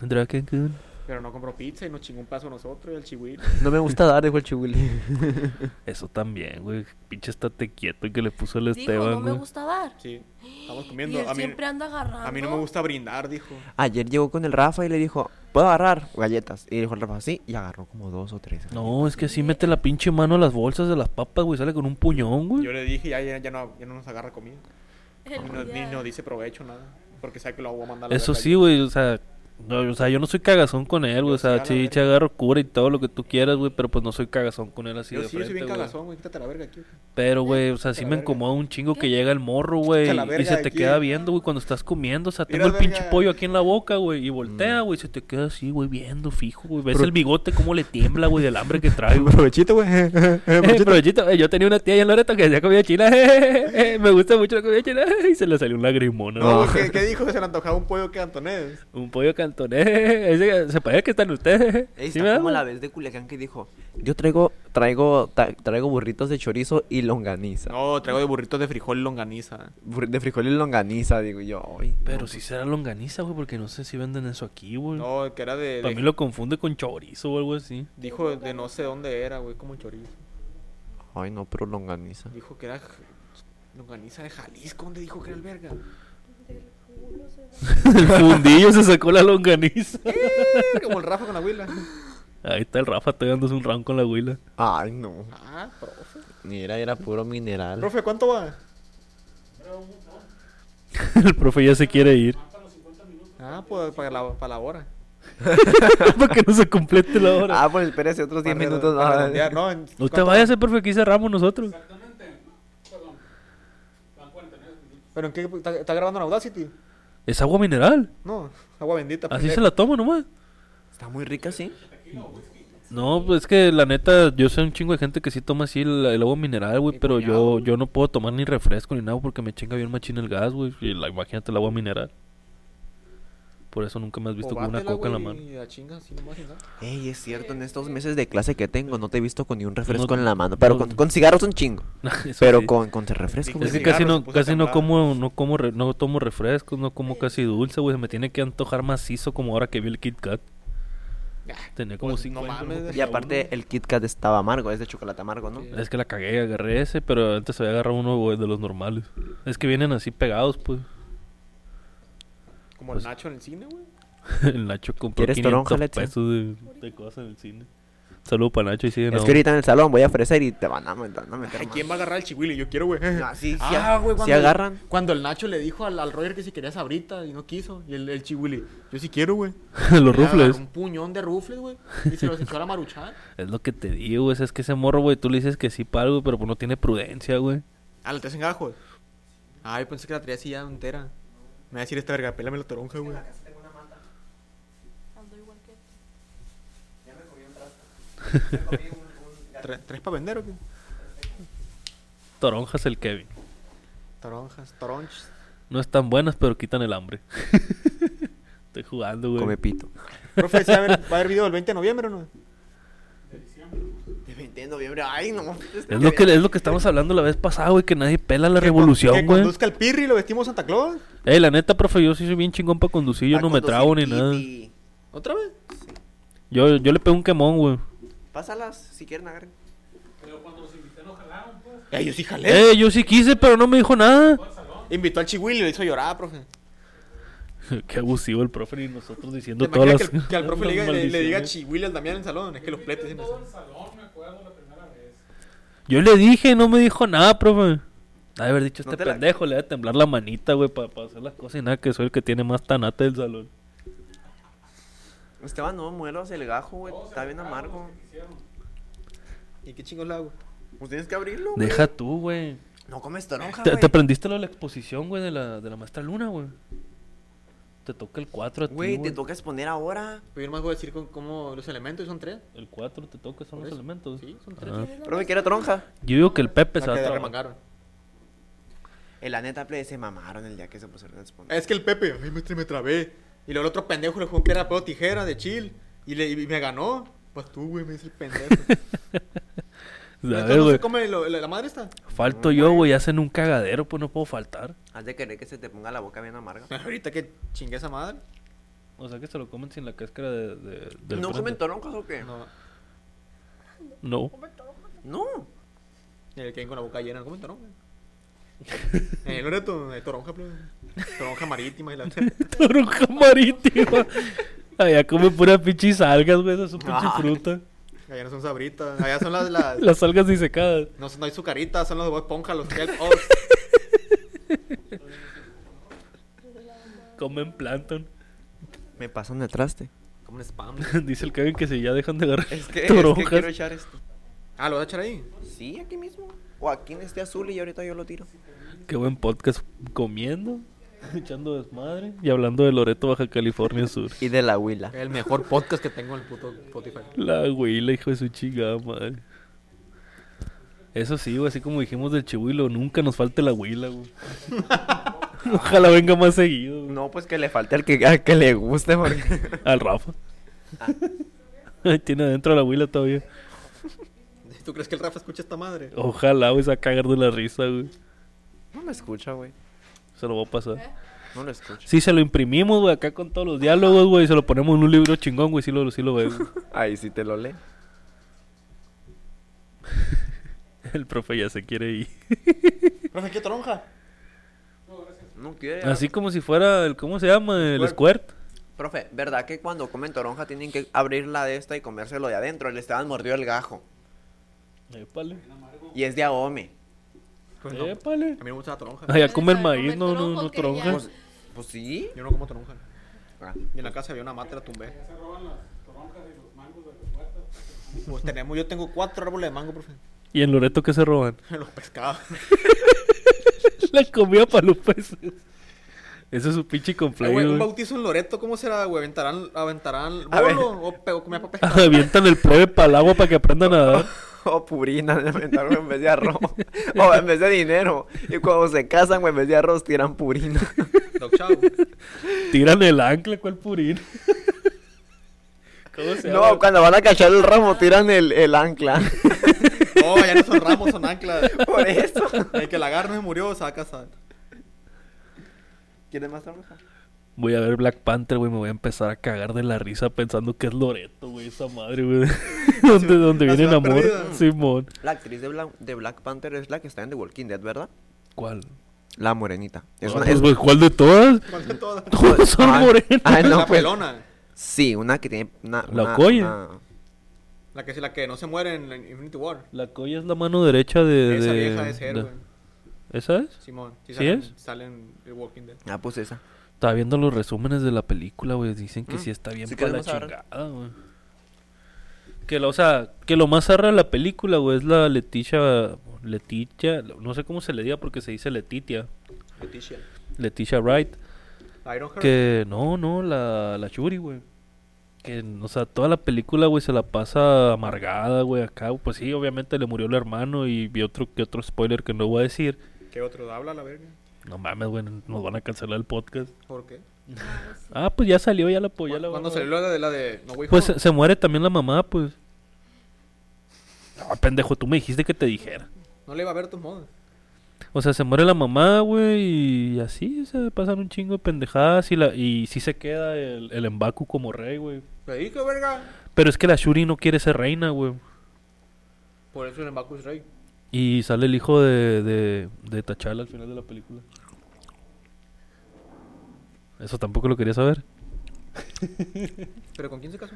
Draken, Kun. Pero no compró pizza y nos chingó un paso a nosotros, el chihuil. No me gusta dar, dijo el chihuili. Eso también, güey. Pinche estate quieto que le puso el Dijo, no Esteban, me güey. gusta dar. Sí, estamos Y comiendo. él A mí, siempre anda agarrando. a mí no me gusta brindar, dijo. Ayer llegó con el Rafa y le dijo, ¿puedo agarrar galletas? Y dijo el Rafa, sí, y agarró como dos o tres. No, es que así mete la pinche mano a las bolsas de las papas, güey. Sale con un puñón, güey. Yo le dije, ya, ya, ya no, ya no nos agarra comida. El Ni nos, ni día- nos dice provecho, nada. Porque sabe que lo voy a mandar a la Eso verga. sí, güey, o sea, no, o sea, yo no soy cagazón con él, güey, o Yo sí, a sea, la sí, te verga. agarro cura y todo lo que tú quieras, güey, pero pues no soy cagazón con él así Yo de sí, yo soy frente, bien güey. cagazón, güey. Quítate a la verga aquí. Pero, güey, o sea, sí la me verga. incomoda un chingo que llega el morro, güey, Vete a la y verga se de te aquí. queda viendo, güey, cuando estás comiendo, o sea, Mira, tengo el pinche verga. Mm. pollo aquí en la boca, güey, y voltea, güey, se te queda así, güey, viendo, fijo, güey, ves Pro- el bigote cómo le tiembla, güey, del hambre que trae, güey. Provechito, güey. Eh, eh, eh, Eh, provechito. provechito, eh, yo tenía una tía allá en Loreto que hacía comida china. eh, eh, me gusta mucho la comida china. y se le salió un lagrimón. ¿no? No, güey, ¿qué, qué dijo? Se le antojaba un pollo que Antonés. Un pollo cantonés. Ese, se parece que están ustedes. Ey, ¿Sí está me da, como güey? la vez de Culiacán que dijo, yo traigo, traigo, ta- traigo burritos de chorizo y longaniza. No, traigo de burritos de frijol y longaniza. Burri- De frijol y longaniza, digo yo. Ay, Pero si será longaniza, güey, porque no sé si venden eso aquí, güey. No, que era de... Para de- mí lo confunde con chorizo o algo así. Dijo de no sé dónde era, güey, como chorizo. Ay, no, pero longaniza. Dijo que era... j- Longaniza de Jalisco, ¿dónde dijo que era el verga? El fundillo se sacó la longaniza. Eh, Como el Rafa con la huila. Ahí está el Rafa, estoy dándose un round con la huila. Ay, no. Ah, profe. Mira, era puro mineral. Profe, ¿cuánto va? El profe ya se quiere ir. Ah, pues para la, para la hora. para que no se complete la hora. Ah, pues espérese otros 10 Para redo- minutos. para ah. redondear, no, en- Usted ¿cuánto va? váyase, eh, profe, aquí cerramos nosotros. ¿Pero en qué? ¿Está, está grabando en Audacity? Es agua mineral. No, agua bendita. Así pendejo. se la tomo nomás. Está muy rica, sí. No, pues es que la neta, yo sé un chingo de gente que sí toma así el, el agua mineral, güey, pero yo, yo no puedo tomar ni refresco ni nada porque me chinga bien machín el gas, güey. Y la- imagínate el agua mineral. Por eso nunca me has O visto con una bátela, coca en la güey, mano. y la chinga, así nomás, y nada. Ey, es cierto, en estos meses de clase que tengo no te he visto con ni un refresco No- en la mano. Pero no- con, con cigarros un chingo. Eso Pero sí. con, con refresco, Es güey. que cigarro casi no, Pues se puso a casi no temblar. como, no como, re- no tomo refrescos, no como casi dulce, güey. Se me tiene que antojar macizo como ahora que vi el Kit Kat. Tenía como pues, cinco no años, mames. Y aparte, el Kit Kat estaba amargo, es de chocolate amargo, ¿no? Es que la cagué, agarré ese, pero antes había agarrado uno güey, de los normales. Es que vienen así pegados, pues. Como Pues- el Nacho en el cine, güey. El Nacho compró ¿Quieres 500 toronja, Leche? pesos de, de cosas en el cine. Saludo para Nacho y siguen Es que ahorita en el salón voy a ofrecer y te van a meter. Van a meter Ay, mano. ¿quién va a agarrar el chihuile? Yo quiero, güey. Ah, sí, sí, Ah, güey, sí cuando- agarran. Cuando el Nacho le dijo al, al Roger que si quería sabrita y no quiso, y el, el chihuile, yo sí quiero, güey. Ah, Los Le agarró rufles. Un puñón de rufles, güey. Y se los echó a la maruchan. Es lo que te digo, güey. Es que ese morro, güey, tú le dices que sí para algo, pero pues no tiene prudencia, güey. Ah, la traes en gajos. Ay, pensé que la traía así ya entera. Me va a decir esta verga, pélame la toronja, güey. Tre- ¿Tres para vender o qué? Toronjas el Kevin. Toronjas, toronches. No están buenas, pero quitan el hambre. Estoy jugando, güey. Come pito. Profe, ¿sí va a haber, va a haber video el 20 de noviembre o no? De 20 de noviembre, ay, no. Es lo, que, es lo que estamos hablando la vez pasada, güey, que nadie pela la Que con- revolución, Que güey. conduzca el pirri y lo vestimos Santa Claus. Ey, la neta, profe, yo sí soy bien chingón para conducir, Ah, yo no me trago ni nada. ¿Otra vez? Yo, yo le pego un quemón, güey. Pásalas, si quieren agarren. Eh, yo sí jalé. Eh, yo sí quise, pero no me dijo nada. Invitó al chihuile y lo hizo llorar, profe. Qué abusivo el profe y nosotros diciendo ¿Te todas las... imaginas que, el- que al profe le diga, las le, le diga maldiciones. chihuile al Damián en el salón? Es que los pletes siempre hacen. Yo le dije, no me dijo nada, profe. Ha de haber dicho, este te la- pendejo le va a temblar la manita, güey, para hacer las cosas y nada, que soy el que tiene más tanata del salón. Esteban, no muelas el gajo, güey. Está bien amargo. ¿Y qué chingos le hago? Pues tienes que abrirlo. Deja tú, güey. No comes toronja, ¿Te, güey. te aprendiste lo de la exposición, güey, de la, de la maestra Luna, güey? Te toca el 4 a ti, Güey, güey. te toca exponer ahora. Pero yo nomás voy a decir con- cómo los elementos son tres. El 4 te toca, son Por los eso. elementos. Sí, son tres. Ah. Pero me quiero toronja. Yo digo que el Pepe se La va a que trabajar. remangaron. Eh, la neta, plebe, se mamaron el día que se pusieron a exponer. Es que el Pepe, ay, maestro, me trabé. Y luego el otro pendejo le jugó que era pedo tijera de chill. Y, le, y me ganó. Pues tú, güey, me dice el pendejo. ¿Sabes, Entonces, no güey? se come lo- la, la madre está? Falto yo, güey, hacen un cagadero, pues no puedo faltar. Has de querer que se te ponga la boca bien amarga. Ahorita que chingue esa madre. O sea que se lo comen sin la cáscara de, de- del ¿No frente. comen toronjas o qué? No. eh, No. No. El que viene con la boca llena, ¿cómo toronja? En el Loreto, de toronja, plebe. Toronja marítima y la. Toronja marítima. Allá comen pura pinche algas, güey, esa es su pinche Ah. fruta. Allá no son sabritas. Allá son las. las... Las algas disecadas. No, no hay sucaritas, son los Oh. de Bob Esponja, los que. Comen plancton. Me pasan el traste. Como un spam. Dice el Kevin que si ya dejan de agarrar Es que, toronjas. quiero echar esto. Ah, ¿lo vas a echar ahí? Sí, aquí mismo. O aquí en este azul y ahorita yo lo tiro. Qué buen podcast comiendo, echando desmadre y hablando de Loreto, Baja California Sur. Y de la huila. El mejor podcast que tengo en el puto Spotify. La huila, hijo de su chingada madre. Eso sí, güey, así como dijimos del chihuilo, nunca nos falte la huila, güey. Ojalá venga más seguido, güey. No, pues que le falte al que, al que le guste. Porque... Al Rafa. Tiene adentro la huila todavía. ¿Tú crees que el Rafa escucha esta madre? Ojalá, güey, se va a cagar de la risa, güey. no me escucha, güey. Se lo va a pasar. No lo escucha. Si se lo imprimimos, güey, acá con todos los diálogos, güey, y se lo ponemos en un libro chingón, güey, sí lo, sí lo ve, güey. Ahí sí te lo lee. El profe ya se quiere ir. Profe, ¿qué tronja? No quiere. Así como si fuera el, ¿cómo se llama? El squirt. Profe, ¿verdad que cuando comen toronja tienen que abrir la de esta y comérselo de adentro? El Esteban mordió el gajo. Épale. Y es de ahome. Pues Épale. A mí me gusta la tronja. Ah, ya comen Sabe maíz, comer no, no, tronco no que tronja. eh, ya. Pues sí. Yo no como tronja. Ah. Y en la casa había una mata, la tumbé. Pues tenemos, yo tengo cuatro árboles de mango, profe. ¿Y en Loreto qué se roban? Los pescados. La comida para los peces. Eso es un pinche Eh, complejo, güey, un güey. bautizo en Loreto, ¿cómo será, güey? ¿Aventarán, aventarán A ver. bolo o pego comida para pescar? Avientan el plebe para el agua para que aprendan a nadar. O Oh, purina, de aventarlo en vez de arroz. o en vez de dinero. Y cuando se casan, güey, en vez de arroz tiran purina. Doc Chao. Tiran el ancla, ¿cuál purín? ¿Cómo se no, cuando van a cachar el ramo, tiran el, el ancla. No, ya no son ramos, son anclas. Por eso. El que la agarra y murió, se va a casar. ¿Quieres más tronja? Voy a ver Black Panther, güey. Me voy a empezar a cagar de la risa pensando que es Loreto, güey. Esa madre, güey. donde donde la viene el ciudad amor. perdida. Simón. La actriz de Bla- de Black Panther es la que está en The Walking Dead, ¿verdad? ¿Cuál? La morenita. Es Ah, una, pues, es- güey, ¿Cuál de todas? ¿Cuál de todas? Todas son Ah, morenas. ah, no, la pues, pelona. Sí, una que tiene una, La una- Okoye. una- La que, la que no se muere en la Infinity War. La coya es la mano derecha de. Esa de- vieja es de- héroe, güey. ¿Esa es? Simón. ¿Sí sale, es? Sale en The Walking Dead. Ah, pues esa. Estaba viendo los resúmenes de la película, güey. Dicen que sí está bien si para la queremos agarrar. chingada, güey. Que lo, o sea, que lo más arra de la película, güey, es la Leticia. Leticia. No sé cómo se le diga porque se dice Letitia. Leticia. Leticia Wright. Iron Heart. Que no, no, la, la Shuri, güey. Que, o sea, toda la película, güey, se la pasa amargada, güey, acá. Pues sí, obviamente le murió el hermano y vi otro que otro spoiler que no voy a decir. ¿Qué otro? Habla la verga. No mames, güey, nos van a cancelar el podcast. ¿Por qué? Ah, pues ya salió, ya la apoyé. la Cuando vamos a salió la de la de No Way Pues eh, Home. se, se muere también la mamá, pues. Ah, pendejo, tú me dijiste que te dijera. No le iba a ver de todos modos. O sea, se muere la mamá, güey, y así se pasan un chingo de pendejadas y, la, y sí se queda el, el Embaku como rey, güey. Pedí que verga. Pero es que la Shuri no quiere ser reina, güey. Por eso en el Baku es Rey. Y sale el hijo de, de, de T'Challa al final de la película. Eso tampoco lo quería saber. ¿Pero con quién se casó?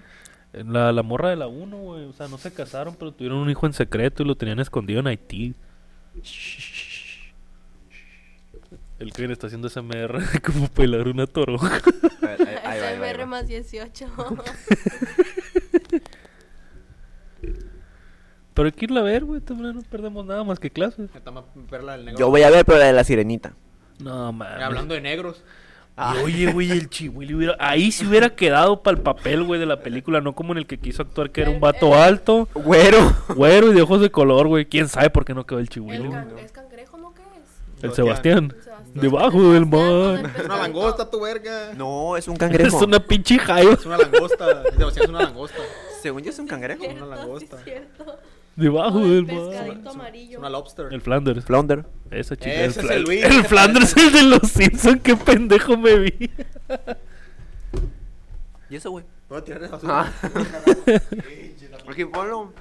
La, la morra de la 1, güey. O sea, no se casaron, pero tuvieron un hijo en secreto y lo tenían escondido en Haití. El Kevin está haciendo SMR como pelar una toronja. A ver, ahí- ahí va, ahí va, ahí SMR va. más 18. Pero hay que irla a ver, güey. También no perdemos nada más que clases. Está más perla del negro. Yo voy a ver, pero la de la sirenita. No, mames. Hablando de negros. Y oye, güey, el chihuahua hubiera... Ahí sí hubiera quedado para el papel, güey, de la película. No como en el que quiso actuar, que era un vato alto, Güero. güero y de ojos de color, güey. ¿Quién sabe por qué no quedó el El chihuahua? can- güey? ¿Es cangrejo no qué es? El Sebastián. El Sebastián. Debajo del Sebastián con mar. el Es una pescadito. langosta, tu verga. No, es un Es cangrejo. una pinche jaiba. Es una langosta. Sebastián es una langosta. Según yo es un cangrejo. Cierto, una langosta. sí, cierto. Debajo Con el del mar. pescadito Es amarillo. una lobster. El Flanders. Flounder. Ese chico. Ese es el Luis. el Flanders, el de los Simpsons. Qué pendejo me vi. ¿Y eso, güey? Voy a tirar esa basura. Ah. Aquí ponlo.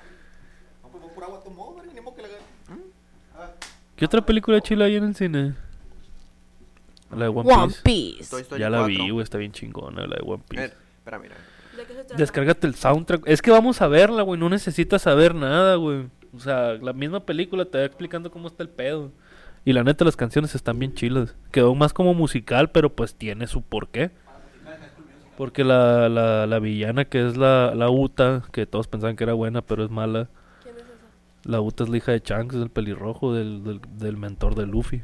No, pues, por agua tomó, verga. Ni modo que la agarre. ¿Qué otra película chila hay en el cine? La de One, Piece. Toy Story Ya la 4. vi, güey. Está bien chingona la de One A Piece. ver, espera, mira. ¿De qué se trata? Descárgate el soundtrack. Es que vamos a verla, güey. No necesitas saber nada, güey. O sea, la misma película te va explicando cómo está el pedo. Y la neta, las canciones están bien chilas. Quedó más como musical, pero pues tiene su porqué. Porque la, la, la villana que es la, la Uta, que todos pensaban que era buena, pero es mala. ¿Quién es esa? La Uta es la hija de Chang, es el pelirrojo del, del, del mentor de Luffy.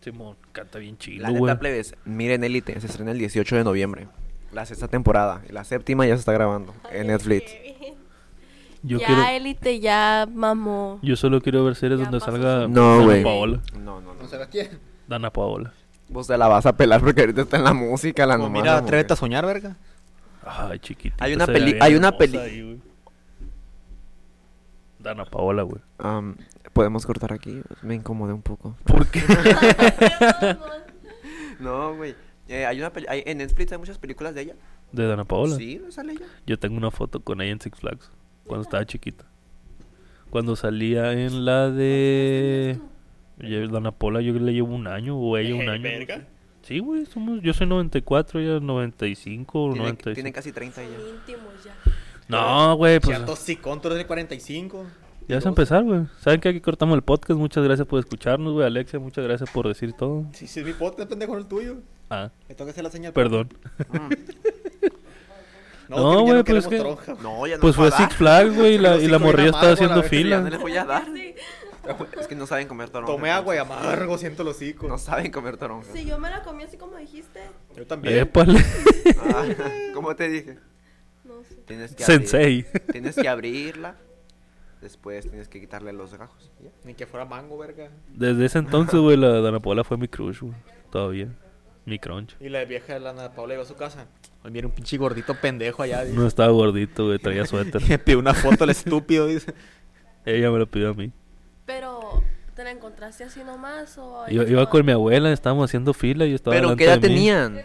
Simón, canta bien La chido, güey. neta, plebes, miren Elite, se estrena el 18 de noviembre. La sexta temporada. Y la séptima ya se está grabando en Netflix. Yo, ya quiero, élite, ya mamó. yo solo quiero ver series Ya donde pasó. salga No, Dana güey. Paola. No, no, no. Sebastián. Dana Paola. Vos te la vas a pelar porque ahorita está en la música, la Pues nomás, mira, Ah, no, atrévete a güey. soñar, verga. Ay, chiquitita. Hay una se veía peli- bien hay una hermosa peli- ahí, güey. Dana Paola, güey. Am, Podemos cortar aquí. Me incomodé un poco. ¿Por qué? No, güey. Eh, hay una peli- hay- en Netflix hay muchas películas de ella. De Dana Paola. Sí, ¿no sale ella. Yo tengo una foto con ella en Six Flags. Cuando estaba chiquita. Cuando salía en la de. Ella- Dana Paola, yo le llevo un año o ella un año. algo así. Sí, güey, somos, yo soy 94, ella es 95 o Tiene, 96. tiene casi 30 ella. Son íntimos ya. No, güey, pues ah. Cierto, sí, control de 45. ya vas a empezar, güey. Saben que aquí cortamos el podcast. Muchas gracias por escucharnos, güey. Alexia, muchas gracias por decir todo. Sí, sí, es mi podcast, pendejo, no el tuyo. Ah, Le tengo que hacer la señal. perdón. Ah. No, que ya güey, pues queremos es que- tronja. No, ya no les Pues voy fue a a Six dar. Flags, güey, y la, y la Hocico bien morrilla estaba amargo, haciendo la verga, Ya fila. no les voy a dar. Es que no saben comer toronja. Tomé agua y amargo, siento los hocico. No saben comer toronja. Si yo me la comí así como dijiste, Yo también. Épale. Ah, ¿Cómo te dije? no sé. Tienes que abrir- Sensei. Tienes que abrirla. Después tienes que quitarle los gajos. y ya. Ni que fuera mango, verga. Desde ese entonces, güey, la Dana Paola fue mi crush, güey. Todavía. Mi crunch. Y la vieja de la Ana Paula llegó a su casa. Hoy viene un pinche gordito pendejo allá. dice. No estaba gordito, güey, traía suéter. Me pidió una foto el estúpido, dice. Ella me lo pidió a mí. Pero, ¿te la encontraste así nomás? O Iba, iba con mi abuela, estábamos haciendo fila y yo estaba Pero delante ¿qué edad de mí. tenían?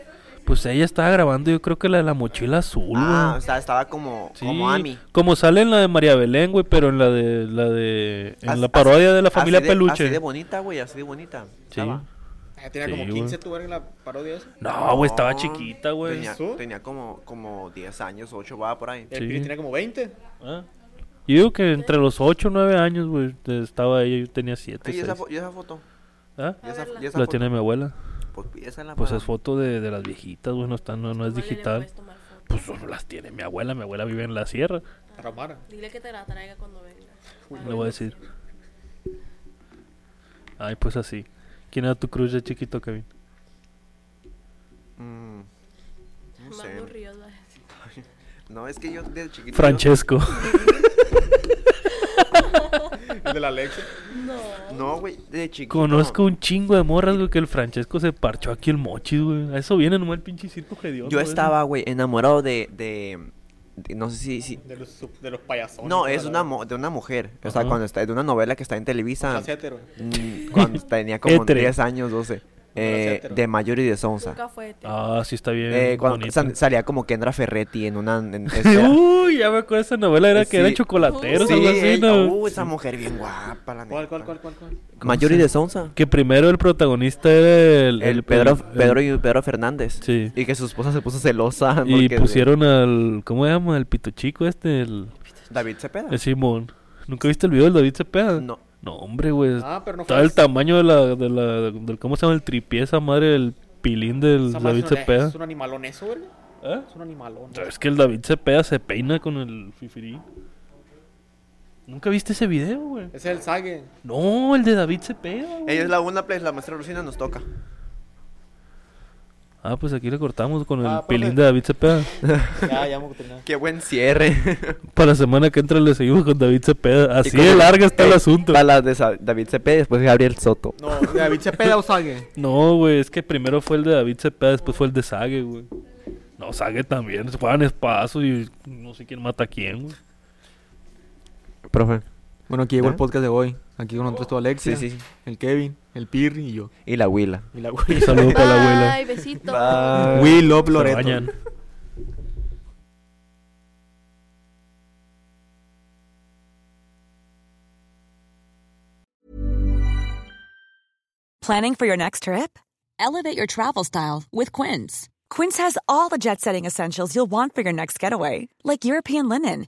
Pues ella estaba grabando, yo creo que la de la mochila azul, güey. Ah, o sea, estaba como, Sí, como Ami. Como sale en la de María Belén, güey, pero en la de la de en As- la parodia de la así- familia así Peluche. Así de bonita, güey, así de bonita. Sí. Estaba. Ah, Tenía Sí, como güey. 15 tu verga en la parodia esa. No, güey, estaba No, chiquita, güey. Tenía, ¿Eso? tenía como, como 10 años, 8 va por ahí. El Sí. Piri tenía como 20. Ah. Yo digo que entre los 8 o 9 años, güey, estaba ella, yo tenía 7, Ay, ¿y, esa fo- y esa foto. ¿Ah? ¿Y esa, y esa La foto? tiene mi abuela. Pues esa es la Pues para- es foto de, de las viejitas, güey, no, está, no, no es digital. Pues solo las tiene mi abuela, mi abuela vive en la sierra. Ramara. Dile que te la traiga cuando venga. Le voy a decir. Ay, pues así. ¿Quién era tu crush de chiquito, Kevin? Mm, no Manu sé. Ríos va a decir. No, es que yo desde chiquito. Francesco. El de la Alexa. yo- no, güey, desde chiquito. Conozco un chingo de morras, güey, que el Francesco se parchó aquí el mochi, güey. A eso viene nomás el pinche circo hediondo. Yo ese. estaba, güey, enamorado de, de, de- No sé si. si- De los, sub- de los payasones. no, es una, moda. mo- de una mujer. O sea, Ajá. cuando está. De una novela que está en Televisa. hétero. mm, cuando tenía como Hétero. 10 años, 12. eh, hétero. de Mayor y de Sonsa. Nunca fue hétero. Ah, sí, está bien. Eh, cuando bonito. sal- salía como Kendra Ferretti en una. en- en- Uy, ya me acuerdo esa novela, era que Sí. era chocolatero, Sí, algo así, ella- ¿no? uh, esa mujer bien guapa, la ¿Cuál, neta. cuál, cuál, cuál? cuál? Mayuri se- de Sonsa. Que primero el protagonista era el... El, Pedro, el- Pedro y Pedro Fernández. Sí. Y que su esposa se puso celosa. Y porque- pusieron al... ¿Cómo se llama? El pito chico este, el... David Cepeda. el Simón. ¿Nunca viste el video del David Cepeda? No. No, hombre, güey. Ah, pero no fue Estaba el esa. tamaño de la, de la... del- ¿Cómo se llama? El tripié, esa madre, el pilín del Esa madre David es una- Cepeda. Es un animalón eso, güey. ¿Eh? Es un animalón. Es que el David Cepeda se peina con el fifirí. ¿Nunca viste ese video, güey? Ese es el sague. No, el de David Cepeda, güey. Ella es la una place, la maestra Lucina nos toca. Ah, pues aquí le cortamos con el Ah, profe. pilín de David Cepeda. Ya, ya vamos a terminar. Qué buen cierre. Para la semana que entra le seguimos con David Cepeda. Y Así con- de larga está el eh, asunto. Para la de Sa- David Cepeda y después Gabriel Soto. No, David Cepeda o sague. No, güey, es que primero fue el de David Cepeda, después fue el de Sage, güey. No, Sage también. Se juegan espacios y no sé quién mata a quién, güey. Profe. Bueno, aquí llegó ¿Eh? el podcast de hoy. Aquí con nosotros todo Alexia, Sí, sí. el Kevin, el Pirri y yo. Y la Huila. Y la Un saludo para la abuela. Ay, besito. We love Se Loreto. bañan. Planning for your next trip? Elevate your travel style with Quince. Quince has all the jet setting essentials you'll want for your next getaway, like European linen,